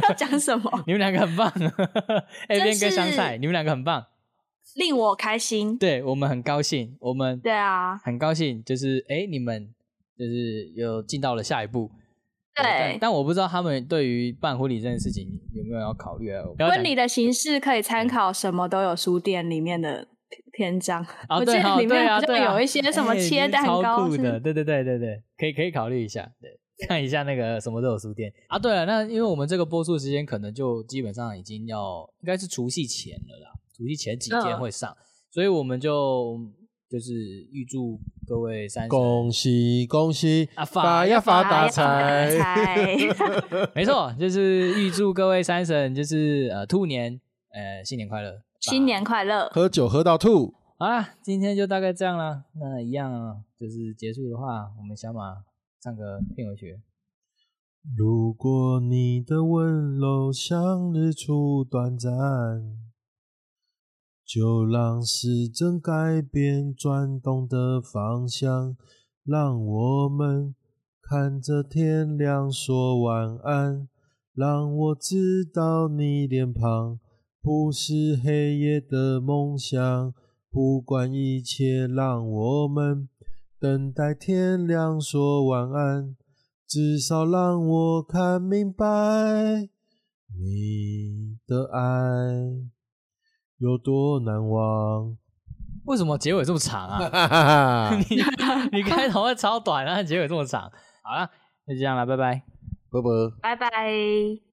Speaker 3: 道要讲什么，
Speaker 4: 你们两个很棒，A 边跟香
Speaker 3: 就
Speaker 4: 菜，
Speaker 3: 是
Speaker 4: 你们两个很棒，
Speaker 3: 令我开心。
Speaker 4: 对我们很高兴，我们
Speaker 3: 对啊，
Speaker 4: 很高兴，就是哎、诶你们就是有进到了下一步。
Speaker 3: 对
Speaker 4: 但但我不知道他们对于办婚礼这件事情有没有要考虑啊？不要讲嗯
Speaker 3: 婚礼的形式可以参考什么都有书店里面的篇篇章。
Speaker 4: 啊，
Speaker 3: 我记
Speaker 4: 对
Speaker 3: 得
Speaker 4: 哈，
Speaker 3: 里面
Speaker 4: 对啊，
Speaker 3: 好像
Speaker 4: 对啊
Speaker 3: 有一些 什么
Speaker 4: 哎
Speaker 3: 切蛋糕
Speaker 4: 超酷
Speaker 3: 是
Speaker 4: 的，对对对对对，可以可以考虑一下，对，看一下那个什么都有书店啊。对了，那因为我们这个播出时间可能就基本上已经要应该是除夕前了啦，除夕前几天
Speaker 3: 嗯
Speaker 4: 会上，所以我们就就是预祝各位三十
Speaker 1: 恭喜恭喜，
Speaker 4: 啊发
Speaker 1: 发呀发
Speaker 3: 发
Speaker 1: 大
Speaker 3: 呀发
Speaker 1: 财！
Speaker 3: 财
Speaker 4: 没错，就是预祝各位三婶，就是呃兔年，呃新年快乐，
Speaker 3: 新年快 乐！
Speaker 1: 喝酒喝到吐，
Speaker 4: 好啦，今天就大概这样啦。那一样啊，就是结束的话，我们小马唱个片尾曲。
Speaker 1: 如果你的温柔像日出短暂，就让时针改变转动的方向，让我们看着天亮说晚安，让我知道你脸庞不是黑夜的梦想，不管一切，让我们等待天亮说晚安。至少让我看明白你的爱有多难忘。
Speaker 4: 为什么结尾这么长啊？
Speaker 1: 哈哈哈，
Speaker 4: 你开头会超短，然后结尾这么长。好了，就这样了，拜拜。
Speaker 1: 啵啵。
Speaker 3: 拜拜。